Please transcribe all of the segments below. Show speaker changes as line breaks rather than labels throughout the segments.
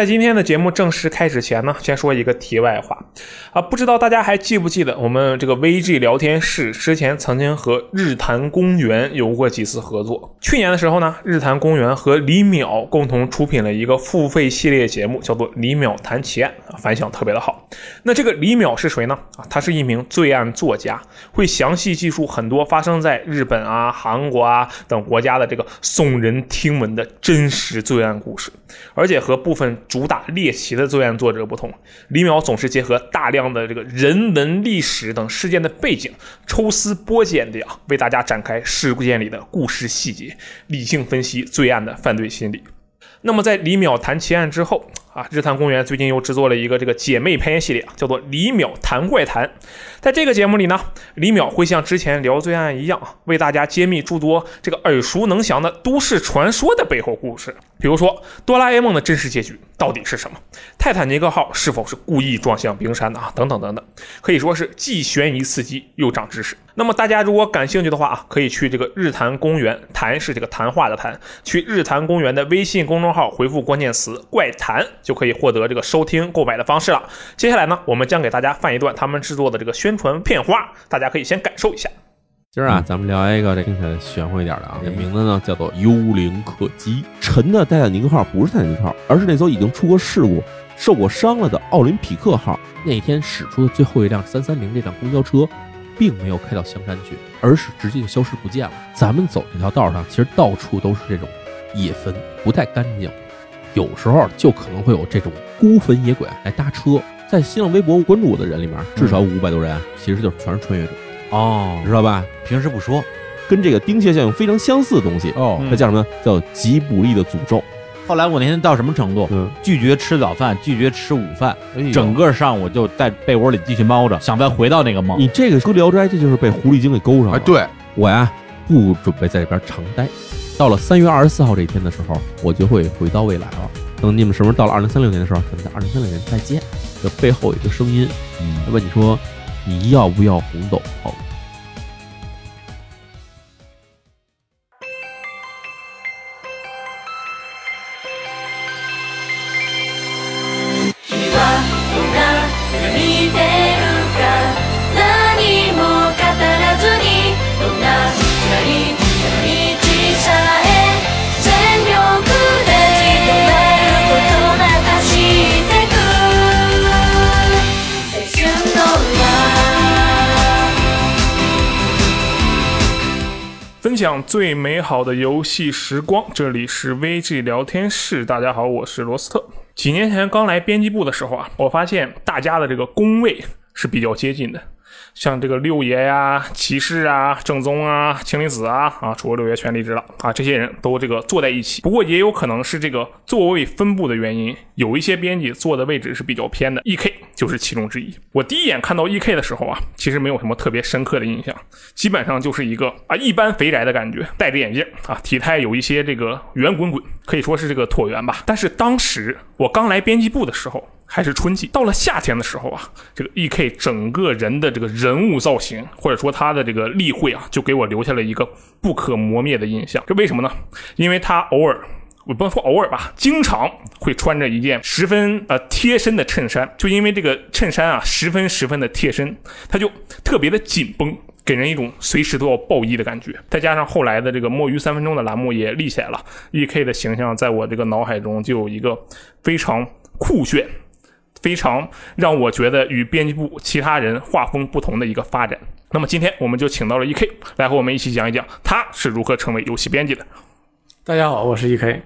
在今天的节目正式开始前呢，先说一个题外话啊，不知道大家还记不记得我们这个 VG 聊天室之前曾经和日坛公园有过几次合作。去年的时候呢，日坛公园和李淼共同出品了一个付费系列节目，叫做《李淼谈奇案》，啊反响特别的好。那这个李淼是谁呢？啊，他是一名罪案作家，会详细记述很多发生在日本啊、韩国啊等国家的这个耸人听闻的真实罪案故事。而且和部分主打猎奇的作案作者不同，李淼总是结合大量的这个人文、历史等事件的背景，抽丝剥茧的呀，为大家展开事件里的故事细节，理性分析罪案的犯罪心理。那么在李淼谈奇案之后啊，日坛公园最近又制作了一个这个姐妹拍系列，啊叫做《李淼谈怪谈》。在这个节目里呢，李淼会像之前聊罪案一样，为大家揭秘诸多这个耳熟能详的都市传说的背后故事，比如说哆啦 A 梦的真实结局到底是什么，泰坦尼克号是否是故意撞向冰山的啊，等等等等，可以说是既悬疑刺激又长知识。那么大家如果感兴趣的话啊，可以去这个日坛公园，谈是这个谈话的谈，去日坛公园的微信公众号回复关键词“怪谈”，就可以获得这个收听购买的方式了。接下来呢，我们将给大家放一段他们制作的这个宣传片花，大家可以先感受一下。
今儿啊，咱们聊一个这听起来玄乎一点的啊，这名字呢叫做《幽灵客机》。沉的泰坦尼克号不是泰坦尼克号，而是那艘已经出过事故、受过伤了的奥林匹克号。那天驶出的最后一辆三三零这辆公交车，并没有开到香山去，而是直接就消失不见了。咱们走这条道上，其实到处都是这种野坟，不太干净。有时候就可能会有这种孤坟野鬼来搭车。在新浪微博关注我的人里面，至少五百多人，啊其实就是全是穿越者，
哦
你，知道吧？
平时不说
跟这个丁蟹效应非常相似的东西，
哦
嗯
它叫什么？叫吉卜力的诅咒。
后来我那天到什么程度？
嗯，
拒绝吃早饭，拒绝吃午饭，整
整
个上午就在被窝里继续猫着，想再回到那个梦。
你这个搁《聊斋》，这就是被狐狸精给勾上了。
哎，，对，
我呀不准备在这边常待。到了三月二十四号这一天的时候，我就会回到未来了。等你们什么时候到了二零三六年的时候，咱们在二零三六年再见。这背后有一个声音，
嗯，
问你说你要不要红豆哦泡面？
「君はどんな風に見てるか」「何も語らずにどんな辛いその道さえ」「全力で止めることなくしてく」「青春の輪」
分享最美好的游戏时光，这里是 VG 聊天室。大家好，我是罗斯特。几年前刚来编辑部的时候啊，我发现大家的这个工位是比较接近的，像这个六爷呀、骑士啊、正宗啊、青离子啊啊，除了六爷全离职了啊，这些人都这个坐在一起。不过也有可能是这个座位分布的原因，有一些编辑坐的位置是比较偏的，E.K. 就是其中之一。我第一眼看到 E.K. 的时候啊，其实没有什么特别深刻的印象，基本上就是一个啊一般肥宅的感觉，戴着眼镜啊，体态有一些这个圆滚滚，可以说是这个椭圆吧。但是当时我刚来编辑部的时候。还是春季，到了夏天的时候啊，这个 E.K. 整个人的这个人物造型，或者说他的这个例会啊，就给我留下了一个不可磨灭的印象。这为什么呢？因为他偶尔我不能说偶尔吧，经常会穿着一件十分呃贴身的衬衫，就因为这个衬衫啊十分十分的贴身，它就特别的紧绷，给人一种随时都要爆衣的感觉。再加上后来的这个摸鱼三分钟的栏目也立起来了，E.K 的形象在我这个脑海中就有一个非常酷炫。非常让我觉得与编辑部其他人画风不同的一个发展。那么今天我们就请到了 E.K 来和我们一起讲一讲他是如何成为游戏编辑的。
大家好，我是 E.K。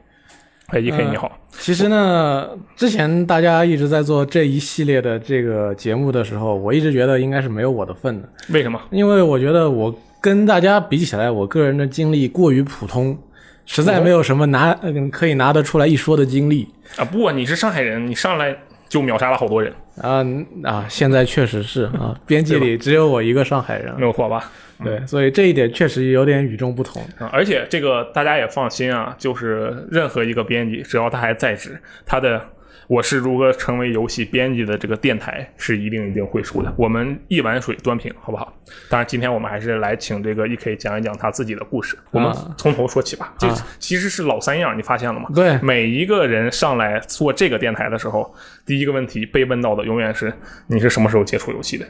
哎，E.K
嗯
你好，
其实呢，之前大家一直在做这一系列的这个节目的时候，我一直觉得应该是没有我的份的，
为什么？
因为我觉得我跟大家比起来，我个人的经历过于普通，实在没有什么拿、 嗯可以拿得出来一说的经历。
啊，不啊，你是上海人，你上来就秒杀了好多人，
啊、嗯啊！现在确实是啊，编辑里只有我一个上海人
没，有错吧？
对，所以这一点确实有点与众不同。
啊，而且这个大家也放心啊，就是任何一个编辑，只要他还在职，他的我是如何成为游戏编辑的这个电台是一定一定会输的。我们一碗水端平，好不好？当然，今天我们还是来请这个 E K 讲一讲他自己的故事。我们从头说起吧。这其实是老三样，你发现了吗？
啊对
每一个人上来做这个电台的时候，第一个问题被问到的永远是你是什么时候接触游戏的？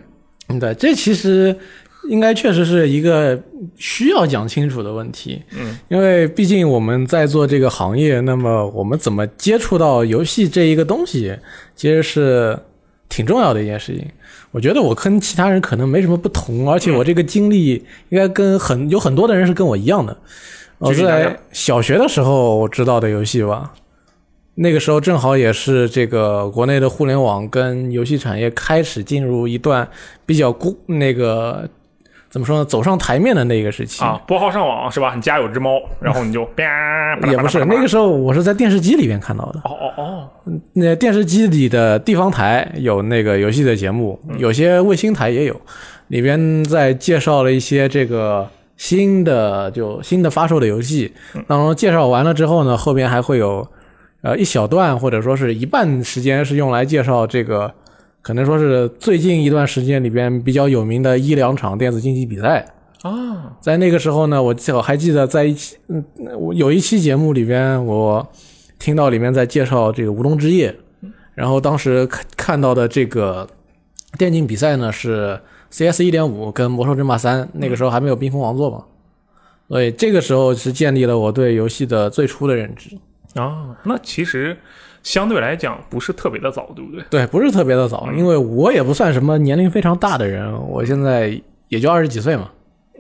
嗯，对，这其实应该确实是一个需要讲清楚的问题。嗯，因为毕竟我们在做这个行业，那么我们怎么接触到游戏这一个东西，其实是挺重要的一件事情。我觉得我跟其他人可能没什么不同，而且
嗯
我这个经历应该跟很有很多的人是跟我一样的。我
具体讲讲
在小学的时候我知道的游戏吧，那个时候正好也是这个国内的互联网跟游戏产业开始进入一段比较孤那个怎么说呢，走上台面的那个时期
啊，拨号上网是吧？你家有只 猫，然后你就啪，
也不是那个时候，我是在电视机里面看到的。
哦哦哦，
那电视机里的地方台有那个游戏的节目，有些卫星台也有，里边在介绍了一些这个新的就新的发售的游戏。当中介绍完了之后呢，后边还会有呃一小段或者说是一半时间是用来介绍这个，可能说是最近一段时间里边比较有名的一两场电子竞技比赛。
啊，
在那个时候呢，我记我还记得在一期，嗯，我有一期节目里边，我听到里面在介绍这个《无龙之夜》，然后当时看看到的这个电竞比赛呢是 CS 一点五跟《魔兽争霸三》，那个时候还没有《冰封王座》嘛，所以这个时候是建立了我对游戏的最初的认知。
啊，那其实相对来讲不是特别的早，对不对？
对，不是特别的早，因为我也不算什么年龄非常大的人，我现在也就二十几岁嘛。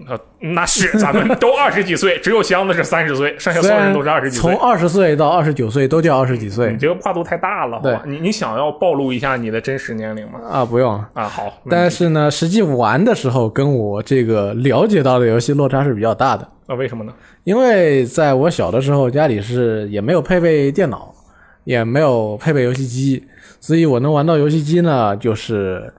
啊，那 是咱们都二十几岁，只有箱子是三十岁，剩 下所有
虽
人
然
都是二十几
从
岁。嗯
二十岁到二十九岁都叫二十几岁
你这个跨度太大了，好吧？你你想要暴露一下你的真实年龄吗？
啊，不用。
啊，好，没问
但
题
是呢，实际玩的时候跟我这个了解到的游戏落差是比较大的，
啊，为什么呢？
因为在我小的时候家里是也没有配备电脑，也没有配备游戏机，所以我能玩到游戏机呢，就是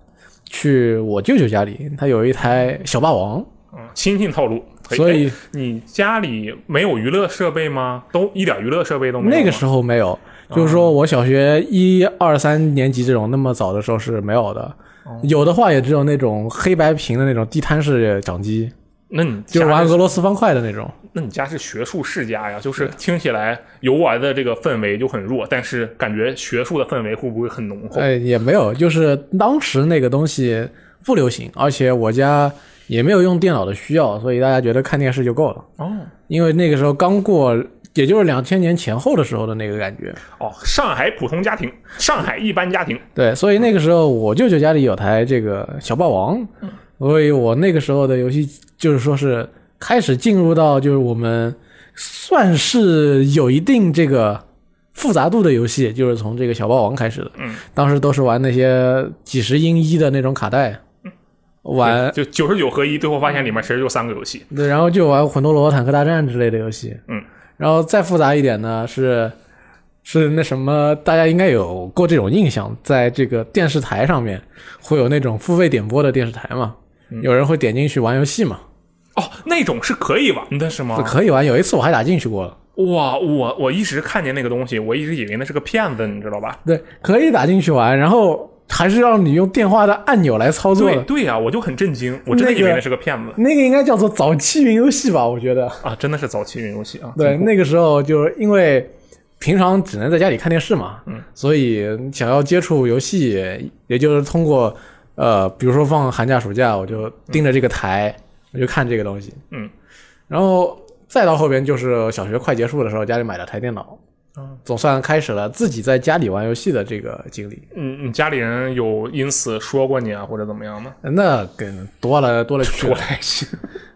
去我舅舅家里，他有一台小霸王，
嗯，亲戚套路。哎
所以
哎你家里没有娱乐设备吗？都一点娱乐设备都没有。啊
那个时
候，
候没有，就是说我小学一二三年级这种那么早的时候是没有的，
哦
有的话也只有那种黑白屏的那种地摊式掌机，
那你家
就是玩
是
俄罗斯方块的那种。
那你家是学术世家呀，就是听起来游玩的这个氛围就很弱，但是感觉学术的氛围会不会很浓厚？
哎，也没有，就是当时那个东西不流行，而且我家也没有用电脑的需要，所以大家觉得看电视就够了。
哦
因为那个时候刚过，也就是两千年前后的时候的那个感觉。
哦，上海普通家庭，上海一般家庭，
对，所以那个时候我舅舅家里有台这个小霸王，所以我那个时候的游戏就是说是开始进入到就是我们算是有一定这个复杂度的游戏，就是从这个小霸王开始的。
嗯，
当时都是玩那些几十英一的那种卡带，玩
就九十九合一，最后发现里面其实就三个游戏。
对，然后就玩魂斗罗、坦克大战之类的游戏。
嗯，
然后再复杂一点呢，是是那什么，大家应该有过这种印象，在这个电视台上面会有那种付费点播的电视台嘛，
嗯
有人会点进去玩游戏嘛，
哦，那种是可以玩的是吗？
可以玩。有一次我还打进去过了。
哇，我我一直看见那个东西，我一直以为那是个骗子，你知道吧？
对，可以打进去玩，然后还是让你用电话的按钮来操作
对
的。
对呀、我就很震惊，我真的以为那是个骗子、
那个应该叫做早期云游戏吧，我觉得。
啊！真的是早期云游戏啊。
对，那个时候就是因为平常只能在家里看电视嘛，嗯，所以想要接触游戏，也就是通过呃，比如说放寒假暑假，我就盯着这个台，我就看这个东西，
嗯，
然后再到后边就是小学快结束的时候，家里买了台电脑，
嗯，
总算开始了自己在家里玩游戏的这个经历。
你你家里人有因此说过你啊，或者怎么样吗？
那跟多了多了去
我
了，
来信。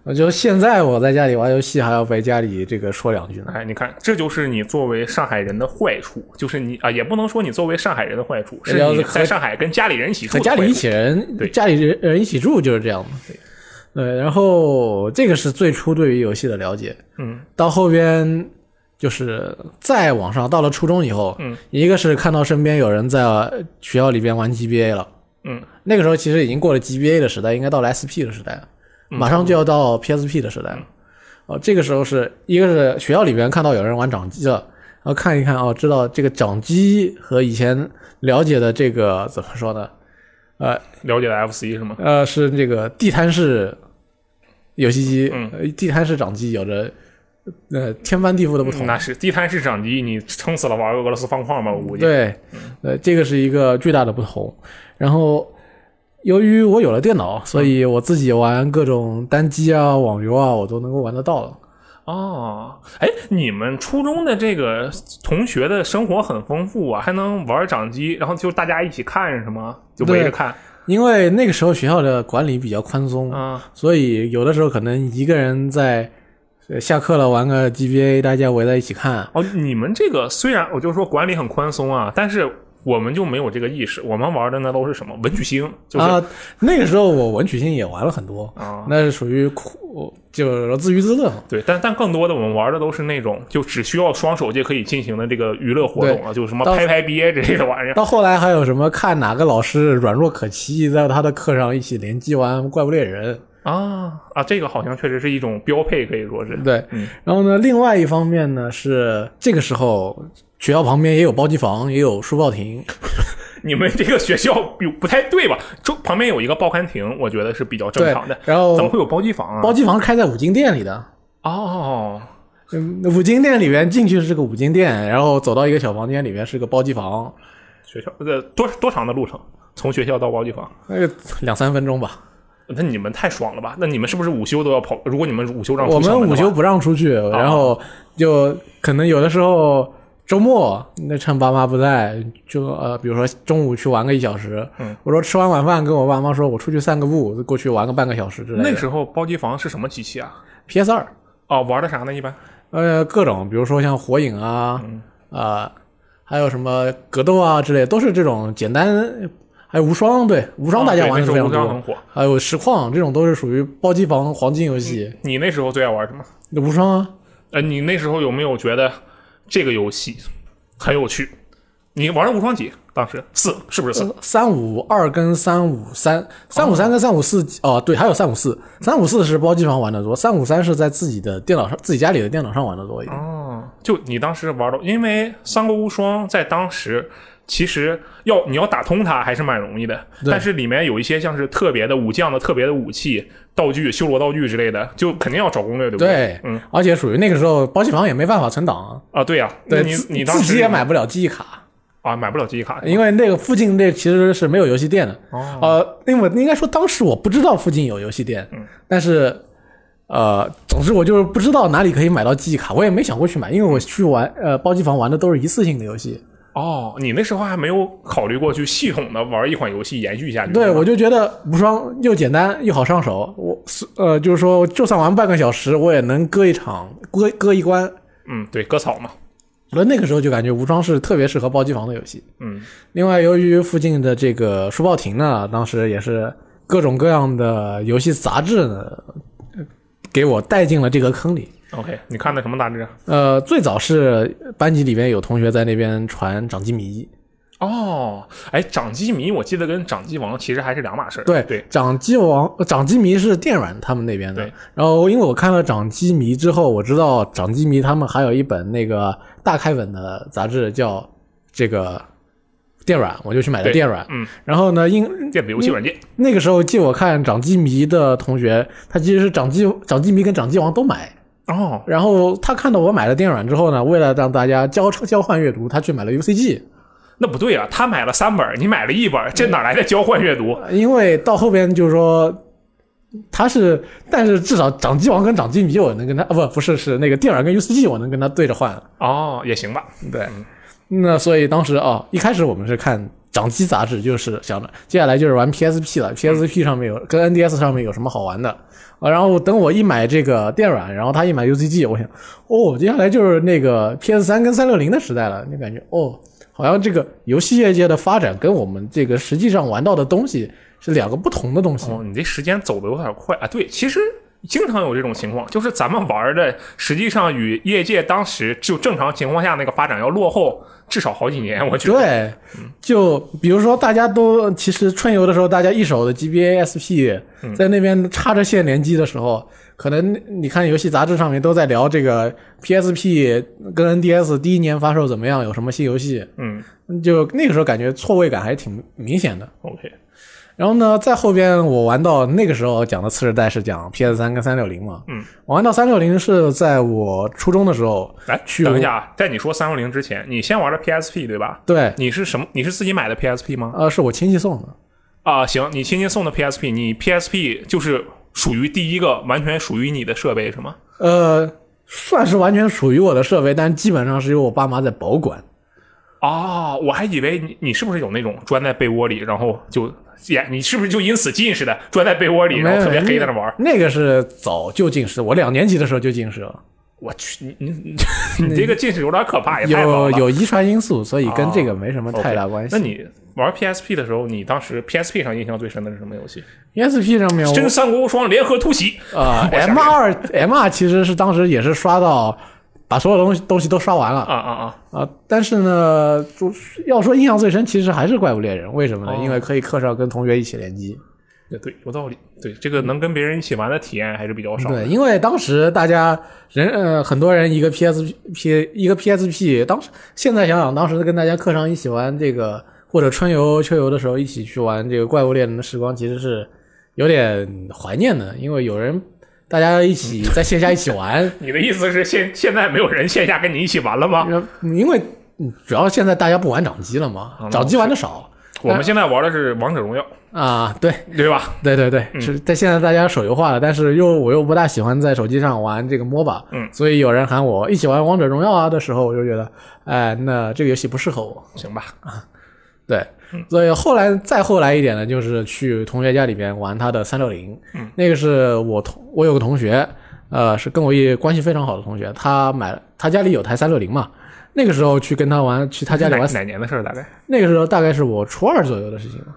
我觉得现在我在家里玩游戏还要被家里这个说两句呢。
哎，你看，这就是你作为上海人的坏处，就是你啊，也不能说你作为上海人的坏处，是
要
你
是
在
和
上海跟家里人一起住
和
的
家
坏
里一
处
起人，
对
家里人呃人一起住就是这样嘛。对，然后这个是最初对于游戏的了解，
嗯，
到后边就是再往上，到了初中以后，
嗯，
一个是看到身边有人在学校里边玩 GBA 了，
嗯，
那个时候其实已经过了 GBA 的时代，应该到了 SP 的时代了，
嗯
马上就要到 PSP 的时代了。哦，这个时候是一个是学校里边看到有人玩掌机了，啊、后看一看哦，知道这个掌机和以前了解的这个怎么说呢？呃
了解的 FC 是吗？
呃，是这个地摊式游戏机，
嗯
呃地摊式掌机有着呃天翻地覆的不
嗯
同。
那是地摊式掌机，你撑死了玩俄罗斯方块吧，我估计。，
对，呃，这个是一个巨大的不同。然后，由于我有了电脑，所以
嗯
我自己玩各种单机啊、网游啊，我都能够玩得到了。
哦，哎，你们初中的这个同学的生活很丰富啊，还能玩掌机，然后就大家一起看是吗？就围着
对
看
因为那个时候学校的管理比较宽松，
啊，
所以有的时候可能一个人在呃下课了玩个 GBA，大家围在一起看。
哦，你们这个虽然我就说管理很宽松啊，但是我们就没有这个意识，我们玩的那都是什么文曲星，就是
啊，那个时候我文曲星也玩了很多，
啊
那是属于苦，就是自娱自乐 嘛。
对，但但更多的我们玩的都是那种就只需要双手就可以进行的这个娱乐活动了，啊就是什么
到
拍拍憋之类的玩意儿。
到后来还有什么看哪个老师软弱可欺，在他的课上一起联机玩《怪物猎人》。
啊啊，这个好像确实是一种标配，可以说是。
对，
嗯
然后呢，另外一方面呢是这个时候学校旁边也有包机房，也有书报亭。
啊你们这个学校比不太对吧？就旁边有一个报刊亭，我觉得是比较正
对
常的。，
然
怎么
后
会有包机房啊？
包机房开在五金店里的。
哦，
嗯，五金店里面进去是个五金店，然后走到一个小房间里面是个包机房，
学校呃多多长的路程？从学校到包机房，
那个两三分钟吧。
那你们太爽了吧？那你们是不是午休都要跑？如果你们午休让出
我们
校门的哦
午
话
休不让出去，然后就可能有的时候周末那趁爸妈不在，就呃，比如说中午去玩个一小时。
嗯
我说吃完晚饭跟我爸妈说，我出去散个步，过去玩个半个小时之类的。
那时候包机房是什么机器啊？
PS 二，
哦，玩的啥呢？一般
呃，各种比如说像火影啊，
嗯
啊，还有什么格斗啊之类，都是这种简单。还有无双，对无双大家
哦对
玩的
那时
非
候
常
无
多，
双很火
还有实况这种都是属于包机房黄金游戏。
你那时候最爱玩什么？
那无双啊，
呃，你那时候有没有觉得这个游戏很有趣？你玩的无双几？当时四是不是四？
三五二跟三五三，三五三跟三五四哦，对，还有三五四，三五四是包机房玩的多，三五三是在自己的电脑上、自己家里的电脑上玩的多一点。
哦，就你当时玩的，因为《三国无双》在当时其实要你要打通它还是蛮容易的，
对
但是里面有一些像是特别的武将的特别的武器、道具、修罗道具之类的，就肯定要找攻略，对不
对，
嗯
而且属于那个时候包机房也没办法存档，
啊，对呀、
对，
你
自
你当
自
时
己也买不了记忆卡，
啊，买不了记忆卡，
因为那个附近那其实是没有游戏店的。
哦
呃，因为应该说当时我不知道附近有游戏店，
嗯
但是。呃，总之我就是不知道哪里可以买到记忆卡，我也没想过去买，因为我去玩呃包机房玩的都是一次性的游戏，
哦，你那时候还没有考虑过去系统的玩一款游戏延续下去，
对，
是吧
我就觉得无双又简单又好上手，我是呃就是说，就算玩半个小时，我也能割一场，割割一关。
嗯，对，割草嘛，
而那个时候就感觉无双是特别适合包机房的游戏。
嗯，
另外，由于附近的这个书报亭呢，当时也是各种各样的游戏杂志呢，呃给我带进了这个坑里。
OK，你看的什么啊杂志？
呃，最早是班级里边有同学在那边传掌机迷，
哦，哎，掌机迷，我记得跟掌机王其实还是两码事儿。
对
对，
掌机王、呃掌机迷是电软他们那边的
对。
然后因为我看了掌机迷之后，我知道掌机迷他们还有一本那个大开本的杂志叫这个电软，我就去买了
对
电软。
嗯，
然后呢，因
电子游戏软件。
那个时候借我看掌机迷的同学，他其实是掌机掌机迷跟掌机王都买。
哦，
然后他看到我买了电软之后呢，为了让大家交交换阅读，他去买了 UCG。
那不对啊，他买了三本儿，你买了一本儿，这哪来的交换阅读？
因为到后边就是说，他是，但是至少掌机王跟掌机迷我能跟他，啊、不不是是那个电软跟 UCG 我能跟他对着换，
哦，也行吧。
对。那所以当时啊、一开始我们是看掌机杂志，就是想着接下来就是玩 PSP 了，PSP 上面有跟 NDS 上面有什么好玩的啊？然后等我一买这个电软，然后他一买 UCG，我想哦，接下来就是那个 PS 三跟三六零的时代了，就感觉哦，好像这个游戏业界的发展跟我们这个实际上玩到的东西是两个不同的东西。
哦哦，你这时间走的有点快啊。对，其实经常有这种情况，就是咱们玩的实际上与业界当时就正常情况下那个发展要落后至少好几年，我觉得。
对，就比如说大家都其实春游的时候，大家一手的 GBA SP
嗯
在那边插着线联机的时候，可能你看游戏杂志上面都在聊这个 PSP 跟 NDS 第一年发售怎么样，有什么新游戏，
嗯
就那个时候感觉错位感还挺明显的。
，OK，
然后呢，在后边我玩到那个时候讲的次世代是讲 PS 三跟三六零嘛，
嗯，
我玩到三六零是在我初中的时候，
来
去
等一下啊，在你说三六零之前，你先玩的 PSP 对吧？
对，
你是什么？你是自己买的 PSP 吗？
呃，是我亲戚送的，
啊，行，你亲戚送的 PSP，你 PSP 就是属于第一个完全属于你的设备是吗？
呃，算是完全属于我的设备，但基本上是由我爸妈在保管。
哦，我还以为你你是不是有那种钻在被窝里，然后就也你是不是就因此近视的，钻在被窝里，然后哎特别黑在那玩儿？
那个是早就近视，我两年级的时候就近视了，
我去，你你 你你这个近视有点可怕，也哎太早
有
了。哦
有遗传因素，所以跟这个没什么
OK，
太大关系。
那你玩 PSP 的时候，你当时 PSP 上印象最深的是什么游戏？
ESP 上面
《真三国无双联合突袭》
哦啊
我想
，M 二 M 二其实是当时也是刷到。把所有东西东西都刷完了
啊啊啊！
啊、但是呢，就是要说印象最深，其实还是《怪物猎人》，为什么呢？
哦
因为可以课上跟同学一起联机。
也对，有道理。对，这个能跟别人一起玩的体验还是比较少的。
对，因为当时大家人呃很多人一个 PSP 一个 PSP，当时现在想想，当时跟大家课上一起玩这个，或者春游秋游的时候一起去玩这个《怪物猎人》的时光，其实是有点怀念的，因为有人大家一
，
起在线下一起玩
你的意思是现现在没有人线下跟你一起玩了吗？
然后因为嗯主要现在大家不玩掌机了嘛，
嗯
掌机玩的少
我们现在玩的是王者荣耀，
啊，对
对吧？
对对对，
嗯
是在现在大家手游化了，但是又我又不大喜欢在手机上玩这个 MOBA，
嗯
所以有人喊我一起玩王者荣耀啊的时候，我就觉得，哎，那这个游戏不适合我。
行吧，
对，
嗯
所以后来再后来一点呢，就是去同学家里边玩他的三六零，
嗯
那个是我同我有个同学，呃，是跟我一关系非常好的同学，他买了他家里有台三六零嘛，那个时候去跟他玩，去他家里
哪
玩，
哪年的事儿？大概？
那个时候大概是我初二左右的事情了。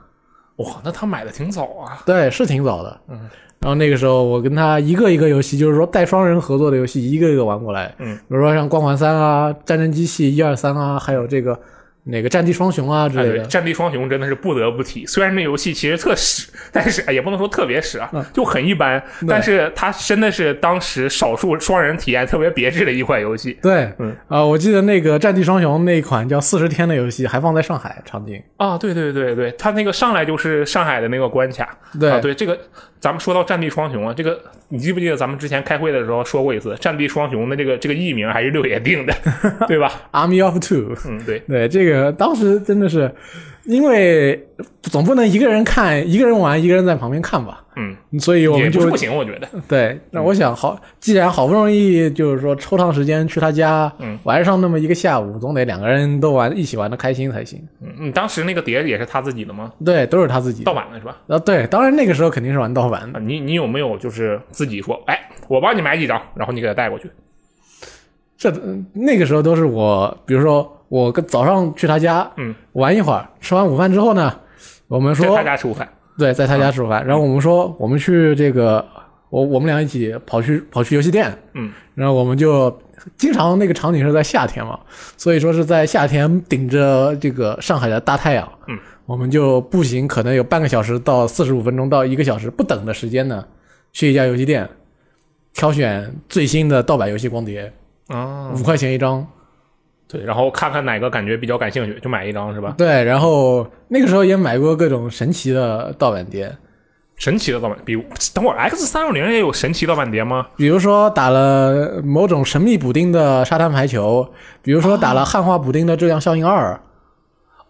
哇，那他买的挺早啊。
对，是挺早的。嗯，然后那个时候我跟他一个一个游戏，就是说带双人合作的游戏，一个一个玩过来。
嗯，
比如说像《光环三》啊，《战争机器》一二三啊，还有这个哪个《战地双雄》啊之
哎，
类
对，
的。
《战地双雄》真的是不得不提，虽然那游戏其实特屎，但是哎也不能说特别屎啊，就很一般。但是它真的是当时少数双人体验特别别致的一款游戏
对，
嗯
啊、我记得那个《战地双雄》那一款叫《四十天》的游戏，还放在上海场景。
啊！对对对对，它那个上来就是上海的那个关卡。
对
啊、对，这个咱们说到《战地双雄》啊，这个你记不记得咱们之前开会的时候说过一次，《战地双雄》的这个这个艺名还是六爷定 的，对吧？
Army of Two，
嗯，对。
对，这个当时真的是，因为总不能一个人看、一个人玩、一个人在旁边看吧，
嗯，
所以我
也
们
不
就是
不行，我觉得。
对，那我想好，既然好不容易就是说抽趟时间去他家，
嗯
玩上那么一个下午，总得两个人都玩一起玩的开心才行。
嗯，你当时那个碟也是他自己的吗？
对，都是他自己
盗。版的是吧？
啊，对，当然那个时候肯定是玩盗版
啊，
的。
你你有没有就是自己说，哎，我帮你买几张，然后你给他带过去？
这嗯那个时候都是我，比如说我跟早上去他家，
嗯，
玩一会儿，吃完午饭之后呢，我们
在
说
他家吃午饭。
对，在他
啊
家吃午饭，然后我们说我们去这个，我我们俩一起跑去跑去游戏店，
嗯，
然后我们就经常那个场景是在夏天嘛，所以说是在夏天顶着这个上海的大太阳，
嗯，
我们就步行可能有半个小时到四十五分钟到一个小时不等的时间呢，去一家游戏店挑选最新的盗版游戏光碟，
啊，
五块钱一张，
对，然后看看哪个感觉比较感兴趣，就买一张是吧？
对，然后那个时候也买过各种神奇的盗版碟，
神奇的盗版，比如等会儿 X 三六零也有神奇盗版碟吗？
比如说打了某种神秘补丁的沙滩排球，比如说打了汉化补丁的质量效应二、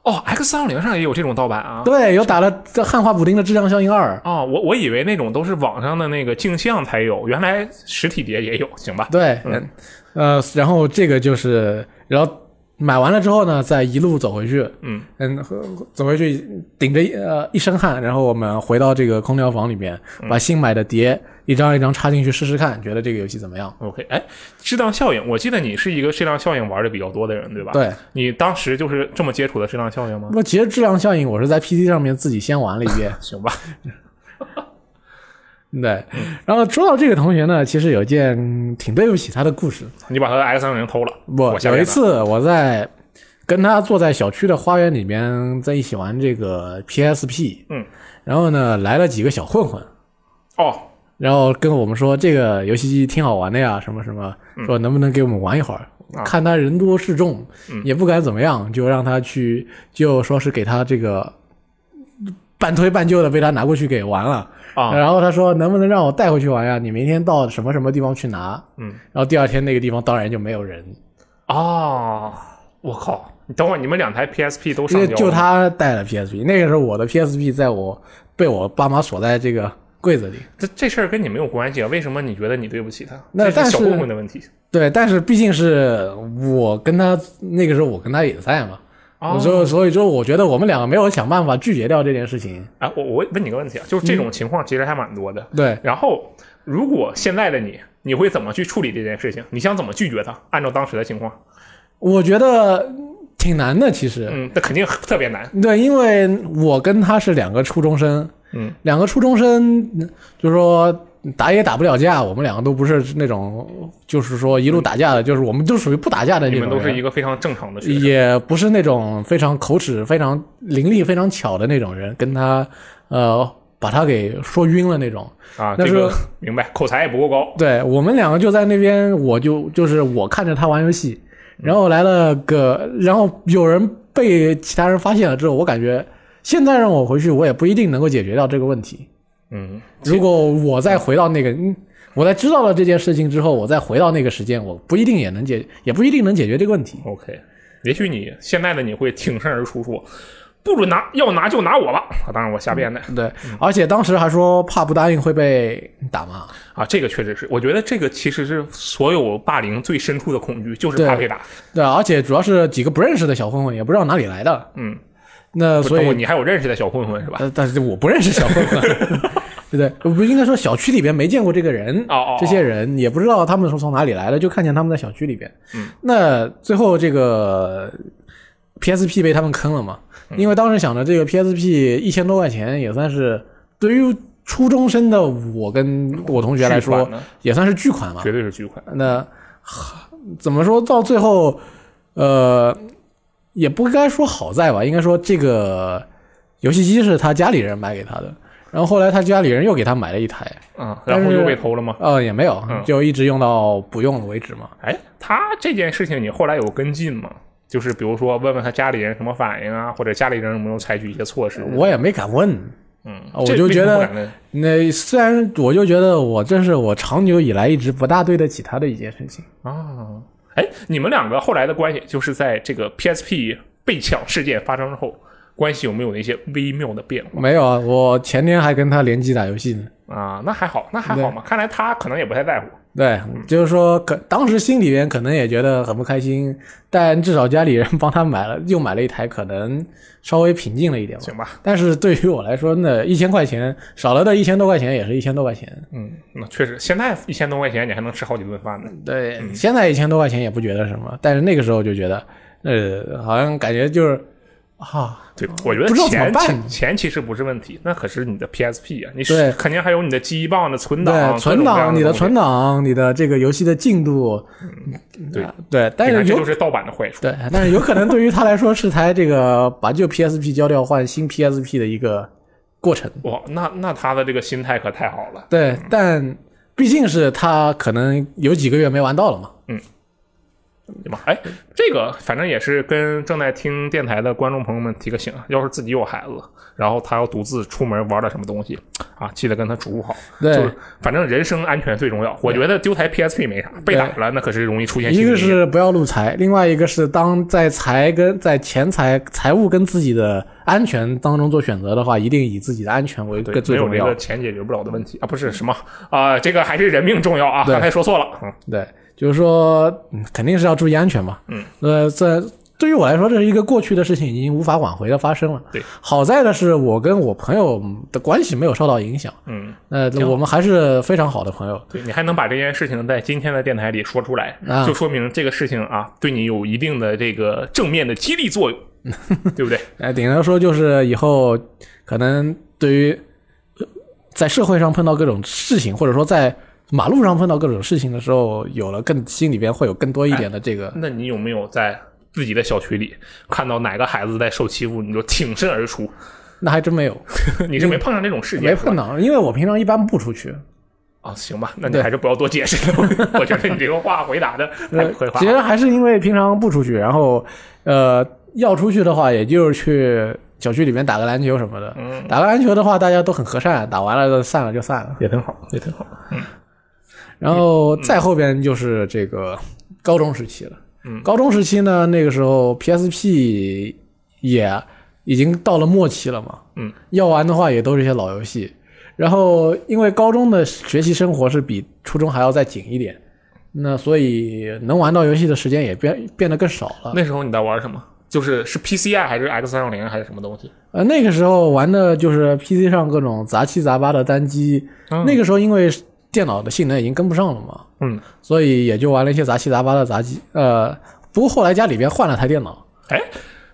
哦，X 三六零上也有这种盗版啊。
对，有打了这汉化补丁的质量效应二、
哦，我我以为那种都是网上的那个镜像才有，原来实体碟也有，行吧？
对，呃，然后这个就是，然后买完了之后呢，再一路走回去，
嗯
嗯，走回去顶着一呃一身汗，然后我们回到这个空调房里面，把新买的碟一张一张插进去试试看，觉得这个游戏怎么样？
，OK，哎，质量效应，我记得你是一个质量效应玩的比较多的人，对吧？，
对，
你当时就是这么接触的质量效应吗，
那？么其实质量效应我是在 PC 上面自己先玩了一遍
行吧。
对，
嗯
然后说到这个同学呢，其实有件挺对不起他的故事。
你把他的 X 三零偷了，
我
我下
有一
面
次我在跟他坐在小区的花园里面，在一起玩这个 PSP，
嗯，
然后呢来了几个小混混，
哦，
然后跟我们说这个游戏机挺好玩的呀，什么什么，
嗯
说能不能给我们玩一会儿？
啊
看他人多势众，
嗯
也不敢怎么样，就让他去，就说是给他这个半推半就的被他拿过去给玩了。
啊
然后他说能不能让我带回去玩呀？你明天到什么什么地方去拿？
嗯，
然后第二天那个地方当然就没有人，
哦，我靠！你等会儿你们两台 PSP 都
因
上
为
交了
就他带了 PSP，那个时候我的 PSP 在我被我爸妈锁在这个柜子里。
这这事儿跟你没有关系啊？为什么你觉得你对不起他？
那
这
但
是小
是
混混的问题。
对，但是毕竟是我跟他那个时候我跟他也在嘛，
哦
我说所以说我觉得我们两个没有想办法拒绝掉这件事情。
哎，我我问你个问题啊，就是
嗯
这种情况其实还蛮多的。
对，
然后，如果现在的你，你会怎么去处理这件事情？你想怎么拒绝他？按照当时的情况，
我觉得挺难的，其实。
嗯，那肯定特别难。
对，因为我跟他是两个初中生，
嗯，
两个初中生，嗯就是说打也打不了架，我们两个都不是那种，就是说一路打架的，就是我们都属于不打架的那
你
种人。
们都是一个非常正常的学生。
也不是那种非常口齿非常伶俐、非常巧的那种人，跟他呃把他给说晕了那种。
啊，
那
这个
是
明白，口才也不够高。
对我们两个就在那边，我就就是我看着他玩游戏，然后来了个，然后有人被其他人发现了之后，我感觉现在让我回去，我也不一定能够解决掉这个问题。
嗯，
如果我再回到那个，嗯我在知道了这件事情之后，我再回到那个时间，我不一定也能解，也不一定能解决这个问题。
OK，也许你现在的你会挺身而出说，不准拿，要拿就拿我吧。啊，当然我瞎编的
对，
嗯
而且当时还说怕不答应会被打骂。
啊，这个确实是，我觉得这个其实是所有霸凌最深处的恐惧，就是
对
怕被打。
对，而且主要是几个不认识的小混混，也不知道哪里来的。
嗯，
那
不
所
等会儿
以，呃
你还有认识的小混混是吧？
但但是我不认识小混 混，对不对？不应该说小区里边没见过这个人，
哦哦哦
这些人也不知道他们是从哪里来的，就看见他们在小区里边。
嗯，
那最后这个 PSP 被他们坑了嘛？
嗯
因为当时想着这个 PSP 一千多块钱也算是对于初中生的我跟我同学来
巨
说
款呢
也算是巨款嘛，
绝对是巨款。
那怎么说到最后，呃，也不该说好在吧，应该说这个游戏机是他家里人买给他的，然后后来他家里人又给他买了一台，
啊，
但
然后
是
又被偷了吗？
呃，也没有
嗯，
就一直用到不用了为止嘛。
哎，他这件事情你后来有跟进吗？就是比如说问问他家里人什么反应啊，或者家里人有没有采取一些措施？
我也没敢问，
嗯，
呃我
这
就
为什么
觉得
不敢问
那虽然我就觉得我这是我长久以来一直不大对得起他的一件事情。
啊，哎，你们两个后来的关系，就是在这个 PSP 被抢事件发生之后，关系有没有一些微妙的变
没有啊，我前天还跟他联机打游戏呢。
化啊？那还好，那还好嘛。看来他可能也不太在乎。
对，
嗯
就是说，可当时心里边可能也觉得很不开心，但至少家里人帮他买了， 又买了一台，可能稍微平静了一点吧。
行吧，
但是对于我来说，那一千块钱少了的一千多块钱也是一千多块钱。
嗯，那确实，现在一千多块钱你还能吃好几顿饭呢。
对，现在一千多块钱也不觉得什么，但是那个时候就觉得，呃，好像感觉就是啊，
对，我觉得
不知道怎么
钱
办
钱钱其实不是问题，那可是你的 PSP 啊，你
对
肯定还有你的记忆棒的存档，各
对，存
种各样
档、你
的
的
东西
存档、你的这个游戏的进度，
嗯对
啊对，但
你看哎
是
这
有
就是盗版的坏处。
对，但是有可能对于他来说是台这个 把旧 PSP 交掉换新 PSP 的一个过程。
哇，那那他的这个心态可太好了。
对，但毕竟是他可能有几个月没玩到了嘛。
对吧？哎，这个反正也是跟正在听电台的观众朋友们提个醒，啊，要是自己有孩子，然后他要独自出门玩点什么东西啊，记得跟他嘱咐好。
对
就是反正人身安全最重要。我觉得丢台 PSP 没啥，被打了那可是容易出现
一
心理
个
阴影。
是不要入财，另外一个是当在财跟在钱财、财务跟自己的安全当中做选择的话，一定以自己的安全为
对，
最
没有
重
这
要
个。钱解决不了的问题啊，不是什么啊、这个还是人命重要啊，
对
刚才说错了，嗯，
对，就是说、嗯肯定是要注意安全嘛。
嗯，
呃，这对于我来说，这是一个过去的事情，已经无法挽回的发生了。
对，
好在的是我跟我朋友的关系没有受到影响。
嗯，
呃，我们还是非常好的朋友。
对你还能把这件事情在今天的电台里说出来，
啊
就说明这个事情啊，对你有一定的这个正面的激励作 用，对不对？
哎呃，顶多说就是以后可能对于呃在社会上碰到各种事情，或者说在马路上碰到各种事情的时候，有了更心里边会有更多一点的这个。
那你有没有在自己的小区里看到哪个孩子在受欺负，你就挺身而出？
那还真没 有，
你是没碰上这种事件，
没碰到，因为我平常一般不出去。
啊、行吧，那你还是不要多解释 了。我觉得你这个话回答的太不会话
呃其。实还是因为平常不出去，然后呃要出去的话，也就是去小区里面打个篮球什么的。
嗯
打个篮球的话，大家都很和善，打完了就散了就散了。
也挺好，也挺好。
然后再后边就是这个高中时期了。
嗯
高中时期呢，那个时候 PSP 也已经到了末期了嘛。
嗯，
要玩的话也都是一些老游戏。然后因为高中的学习生活是比初中还要再紧一点，那所以能玩到游戏的时间也变变得更少了。
那时候你在玩什么？就是是 PC 啊，还是 X 三六零，还是什么东西？
呃，那个时候玩的就是 PC 上各种杂七杂八的单机。那个时候因为电脑的性能已经跟不上了嘛，
嗯，
所以也就玩了一些杂七杂八的杂技。呃，不过后来家里边换了台电脑，
哎，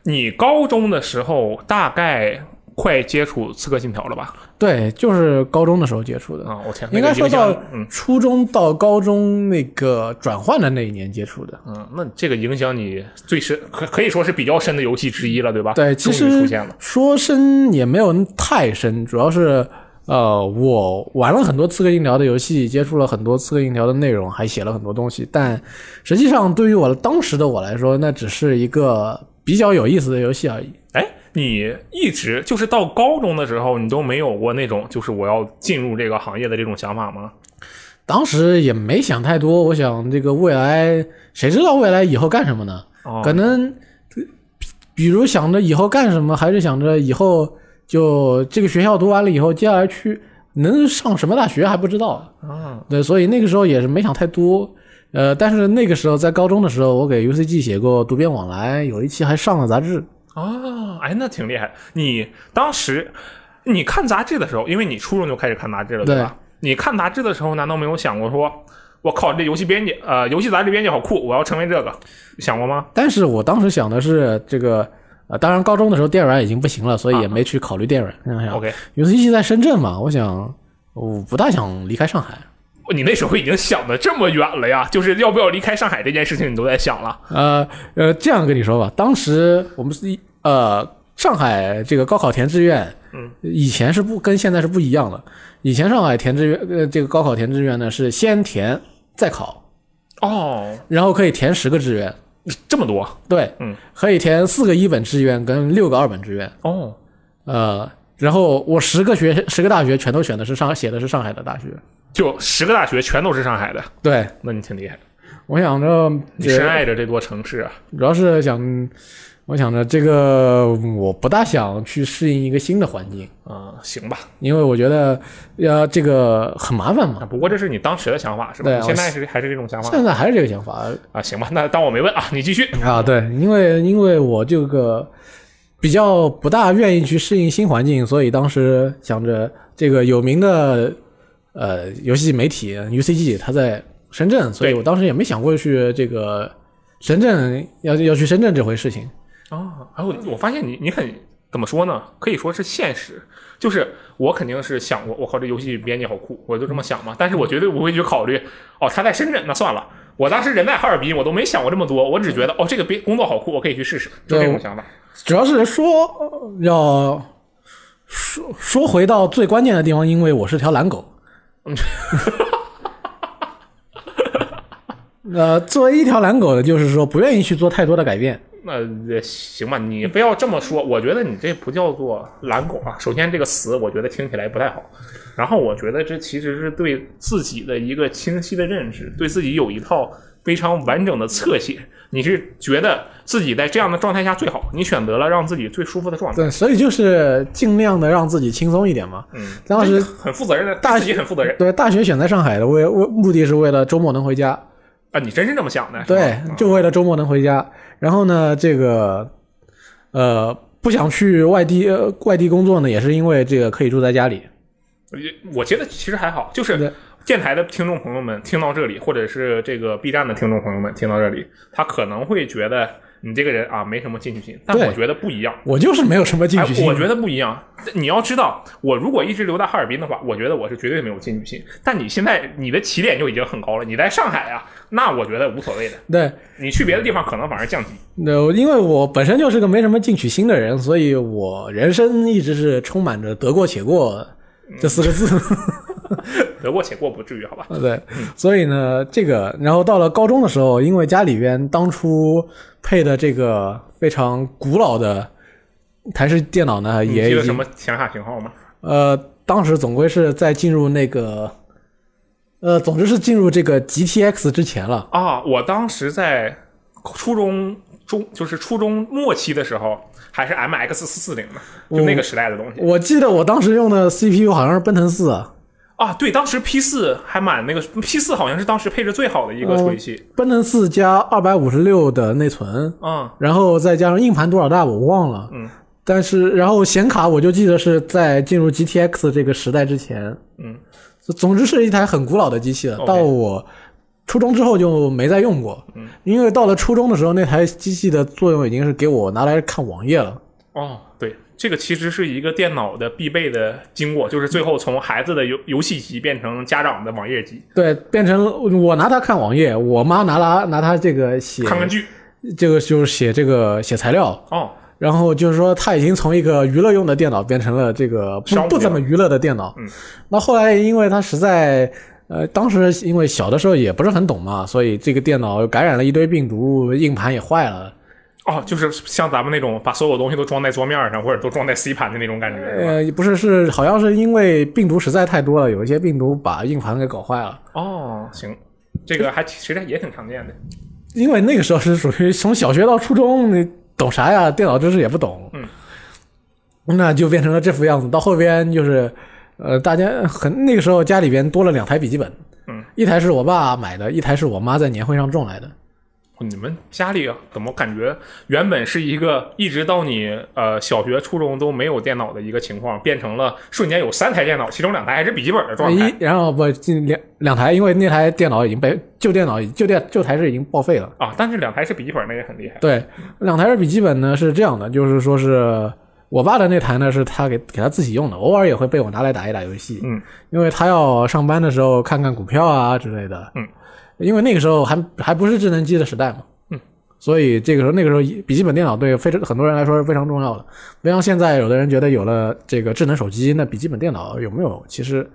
你高中的时候大概快接触《刺客信条》了吧？
对，就是高中的时候接触的，
啊、我天，
应该
那个
说
影响
到
嗯
初中到高中那个转换的那一年接触的。
嗯，那这个影响你最深，可可以说是比较深的游戏之一了，对吧？
对，其
终于出
实
现了。
说深也没有太深，主要是呃，我玩了很多《刺客信条》的游戏，接触了很多《刺客信条》的内容，还写了很多东西。但实际上，对于我当时的我来说，那只是一个比较有意思的游戏而已。
哎，你一直就是到高中的时候，你都没有过那种就是我要进入这个行业的这种想法吗？
当时也没想太多，我想这个未来，谁知道未来以后干什么呢？
哦
可能，比如想着以后干什么，还是想着以后就这个学校读完了以后，接下来去能上什么大学还不知道。
啊，
对，所以那个时候也是没想太多。呃，但是那个时候在高中的时候，我给 UCG 写过读编往来，有一期还上了杂志。啊
哦，哎，那挺厉害。你当时你看杂志的时候，因为你初中就开始看杂志了，
对
吧？你看杂志的时候，难道没有想过说，我靠，这游戏编辑，呃，游戏杂志编辑好酷，我要成为这个，想过吗？
但是我当时想的是这个，呃，当然高中的时候电软已经不行了，所以也没去考虑电软。想想
啊 OK
UCG 在深圳嘛，我想我不大想离开上海。
你那时候已经想的这么远了呀，就是要不要离开上海这件事情，你都在想了。
呃呃，这样跟你说吧，当时我们是一呃上海这个高考填志愿，
嗯，
以前是不跟现在是不一样的。以前上海填志愿，呃，这个高考填志愿呢是先填再考，
哦，
然后可以填十个志愿，
这么多
对，
嗯，
可以填四个一本志愿跟六个二本志愿，
哦，
呃，然后我十个学十个大学全都选的是上写的是上海的大学，
就十个大学全都是上海的，
对，
那你挺厉害，
我想着
你深爱着这座城市啊。
主要是想，我想着这个我不大想去适应一个新的环境。
啊、行吧，
因为我觉得，呃，这个很麻烦
啊
嘛。
不过这是你当时的想法是吧？
对
你
我
现在是还是这种想法
现在还是这个想法
啊？行吧，那当我没问啊，你继续。
啊，对，因为因为我这个比较不大愿意去适应新环境，所以当时想着这个有名的呃游戏媒体 UCG 它在深圳，所以
对
我当时也没想过去这个深圳要要去深圳这回事情。
啊，哎，我我发现你你很怎么说呢？可以说是现实，就是我肯定是想过，我靠，这游戏编辑好酷，我就这么想嘛。但是我绝对不会去考虑，哦，他在深圳，那算了。我当时人在哈尔滨，我都没想过这么多，我只觉得哦，这个编工作好酷，我可以去试试，就
对
这种
我
想法。
主要是说呃要说说回到最关键的地方，因为我是条懒狗。
嗯
呃， 作为一条懒狗呢，就是说不愿意去做太多的改变。
那也行吧，你不要这么说。我觉得你这不叫做懒狗啊。首先，这个词我觉得听起来不太好。然后，我觉得这其实是对自己的一个清晰的认识，对自己有一套非常完整的侧写。你是觉得自己在这样的状态下最好，你选择了让自己最舒服的状态。
对，所以就是尽量的让自己轻松一点嘛。
嗯，
当时
很负责任的，
大
对自己很负责任
对大学选在上海的，为为目的是为了周末能回家。
啊！你真是这么想的？是吧
对，就为了周末能回家。然后呢，这个呃不想去外地、呃、外地工作呢，也是因为这个可以住在家里。
也我觉得其实还好，就
对
是电台的听众朋友们听到这里，或者是这个 B 站的听众朋友们听到这里，他可能会觉得你这个人啊没什么进取心，但
对
我觉得不一样。
我就是没有什么进
哎
取，心。
我觉得不一样。你要知道，我如果一直留在哈尔滨的话，我觉得我是绝对没有进取心。但你现在你的起点就已经很高了，你在上海啊，那我觉得无所谓的。
对，
你去别的地方可能反而降级。
那因为我本身就是个没什么进取心的人，所以我人生一直是充满着得过且过这四个字。
得过且过不至于，好吧？
呃 对，所以呢，这个，然后到了高中的时候，因为家里边当初配的这个非常古老的台式电脑呢，
你
也
嗯记
已
得什
经
么显卡型号吗？
呃，当时总归是在进入那个，呃，总之是进入这个 GTX 之前了。
啊，我当时在初中中，就是初中末期的时候，还是 MX 四四零呢，就那个时代的东西、
我记得我当时用的 CPU 好像是奔腾四啊，
啊。对，当时 P 四还蛮那个，P 四好像是当时配置最好的一
嗯
个处理器
奔腾四加二百五十六的内存，
啊、
然后再加上硬盘多少大我忘了，
嗯，
但是然后显卡我就记得是在进入 GTX 这个时代之前，
嗯，
总之是一台很古老的机器了。
OK
到我初中之后就没再用过，
嗯，
因为到了初中的时候，那台机器的作用已经是给我拿来看网页了。
哦，对，这个其实是一个电脑的必备的经过，就是最后从孩子的游游戏机变成家长的网页机，
对，变成我拿它看网页，我妈拿它拿它这个写
看看剧。
这个就是写这个写材料，
哦，
然后就是说，它已经从一个娱乐用的电脑变成了这个
商务
不不怎么娱乐的电脑。
嗯，
那后来因为它实在，呃，当时因为小的时候也不是很懂嘛，所以这个电脑感染了一堆病毒，硬盘也坏了。
哦，就是像咱们那种把所有东西都装在桌面上，或者都装在 C 盘的那种感觉，是吧？
呃，不是，是好像是因为病毒实在太多了，有一些病毒把硬盘给搞坏了。
哦，行，这个还其实也挺常见的。
因为那个时候是属于从小学到初中，你懂啥呀？电脑知识也不懂，
嗯，
那就变成了这副样子。到后边就是，呃，大家很那个时候家里边多了两台笔记本，
嗯，
一台是我爸买的，一台是我妈在年会上种来的。
你们家里怎么感觉原本是一个一直到你呃小学、初中都没有电脑的一个情况，变成了瞬间有三台电脑，其中两台还是笔记本的状
哎一
态？
然后不进两两台，因为那台电脑已经被旧电脑已旧电旧台式已经报废了。
啊，但是两台是笔记本，那也很厉害。
对，两台式笔记本呢是这样的，就是说是我爸的那台呢是他给给他自己用的，偶尔也会被我拿来打一打游戏。
嗯，
因为他要上班的时候看看股票啊之类的。
嗯，
因为那个时候还还不是智能机的时代嘛。
嗯，
所以这个时候那个时候笔记本电脑对非常很多人来说是非常重要的，不像现在有的人觉得有了这个智能手机，那笔记本电脑有没有？其实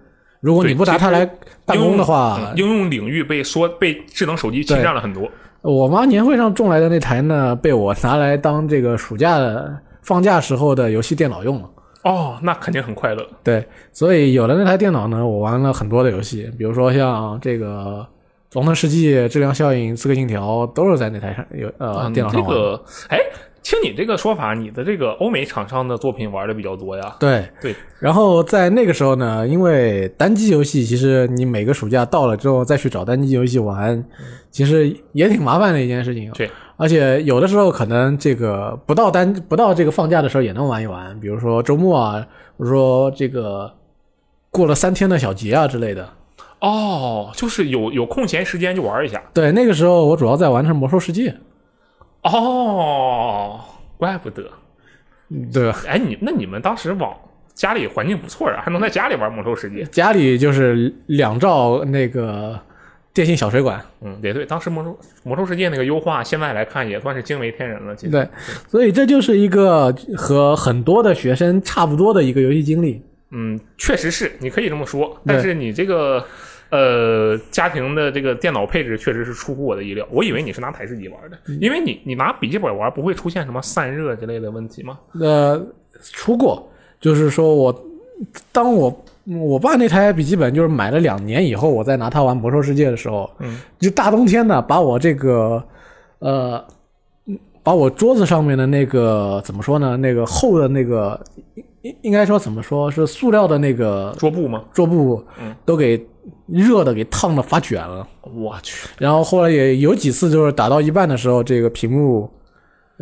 如果你
对
不拿
其
它
实
来办公的话，
嗯应用领域被说被智能手机侵占了很多。
我妈年会上种来的那台呢，被我拿来当这个暑假的放假时候的游戏电脑用了。
哦，那肯定很快乐。
对，所以有了那台电脑呢，我玩了很多的游戏，比如说像这个《龙腾世纪》《质量效应》《刺客信条》，都是在那台上有呃、
你
电脑上
嗯这
玩。
个，哎，听你这个说法，你的这个欧美厂商的作品玩的比较多呀？
对，
对，
然后在那个时候呢，因为单机游戏其实你每个暑假到了之后再去找单机游戏玩，其实也挺麻烦的一件事情。
嗯对，
而且有的时候可能这个不到单不到这个放假的时候也能玩一玩，比如说周末啊，或者说这个过了三天的小节啊之类的。
哦，就是有有空闲时间就玩一下。
对，那个时候我主要在玩的是《魔兽世界》，
哦，怪不得。
对吧？
哎，你那你们当时往家里环境不错啊，还能在家里玩《魔兽世界》。
家里就是两兆那个电信小水管，
嗯，也对，当时《魔兽魔兽世界》那个优化，现在来看也算是惊为天人了。其实，
对，所以这就是一个和很多的学生差不多的一个游戏经历。
嗯，确实是，你可以这么说。
对
但是你这个呃，家庭的这个电脑配置确实是出乎我的意料。我以为你是拿台式机玩的，
嗯
因为你你拿笔记本玩不会出现什么散热之类的问题吗？
呃，出过，就是说我当我我爸那台笔记本就是买了两年以后，我再拿它玩《魔兽世界》的时候，
嗯，
就大冬天的把我这个呃。嗯把我桌子上面的那个怎么说呢？那个厚的那个应应应该说怎么说是塑料的那个
桌布吗？
桌布
嗯，
都给热的给烫的发卷了。
我去，
然后后来也有几次就是打到一半的时候，这个屏幕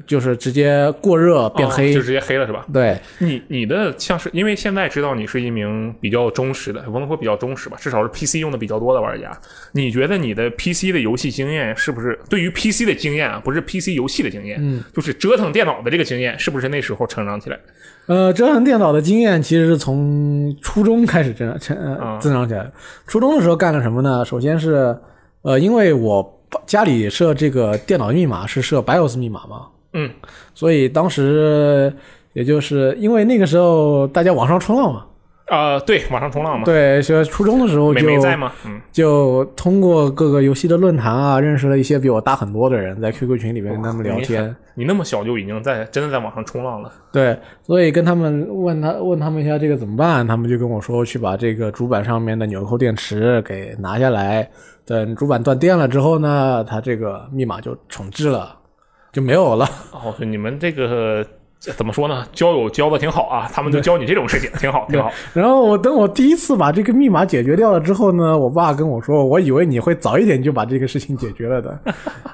就是直接过热变黑。
哦就直接黑了是吧？
对，
你你的像是因为现在知道你是一名比较忠实的，不能说比较忠实吧，至少是 PC 用的比较多的玩家。你觉得你的 PC 的游戏经验是不是对于 PC 的经验啊，不是 PC 游戏的经验，嗯，就是折腾电脑的这个经验，是不是那时候成长起来？
呃，折腾电脑的经验其实是从初中开始增长成
啊
呃增长起来的。初中的时候干了什么呢？首先是呃，因为我爸家里设这个电脑密码是设 BIOS 密码嘛，
嗯，
所以当时也就是因为那个时候大家网上冲浪嘛，
啊、对，网上冲浪嘛，，
对，所以初中的时候
美
就
眉在吗？嗯，
就通过各个游戏的论坛啊，认识了一些比我大很多的人，在 QQ 群里面跟他们聊
你
天
很。，你那么小就已经在真的在网上冲浪了，
对，所以跟他们问他问他们一下这个怎么办，他们就跟我说去把这个主板上面的纽扣电池给拿下来，等主板断电了之后呢，它这个密码就重置了，就没有了。
哦，你们这个。这怎么说呢？交友交的挺好啊，他们就教你这种事情，挺好，挺好。
然后我等我第一次把这个密码解决掉了之后呢，我爸跟我说，我以为你会早一点就把这个事情解决了的，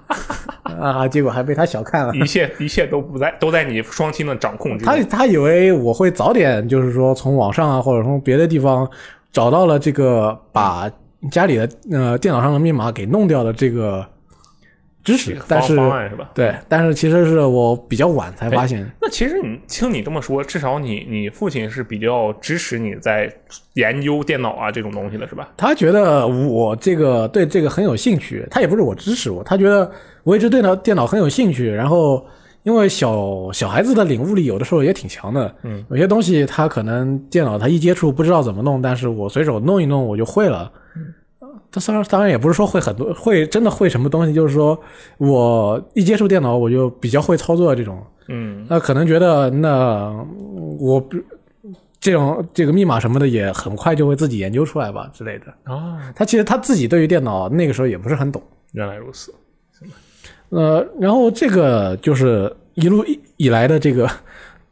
啊，结果还被他小看了。
一切一切都不在，都在你双亲的掌控之
他
内。
他以为我会早点，就是说从网上啊，或者从别的地方找到了这个把家里的呃电脑上的密码给弄掉的这个知识
方，
但是
方案是吧？
对，但是其实是我比较晚才发现，
那其实你听你这么说，至少你你父亲是比较支持你在研究电脑啊这种东西的，是吧？
他觉得我这个对这个很有兴趣，他也不是我支持我，他觉得我一直对脑电脑很有兴趣，然后。因为小小孩子的领悟力有的时候也挺强的，嗯，有些东西他可能电脑他一接触不知道怎么弄，但是我随手弄一弄我就会了，他当然当然也不是说会很多，会真的会什么东西，就是说我一接触电脑我就比较会操作这种。
嗯，
那可能觉得那我不这种这个密码什么的也很快就会自己研究出来吧之类的。
啊，
他其实他自己对于电脑那个时候也不是很懂。
原来如此。
呃，然后这个就是一路以以来的这个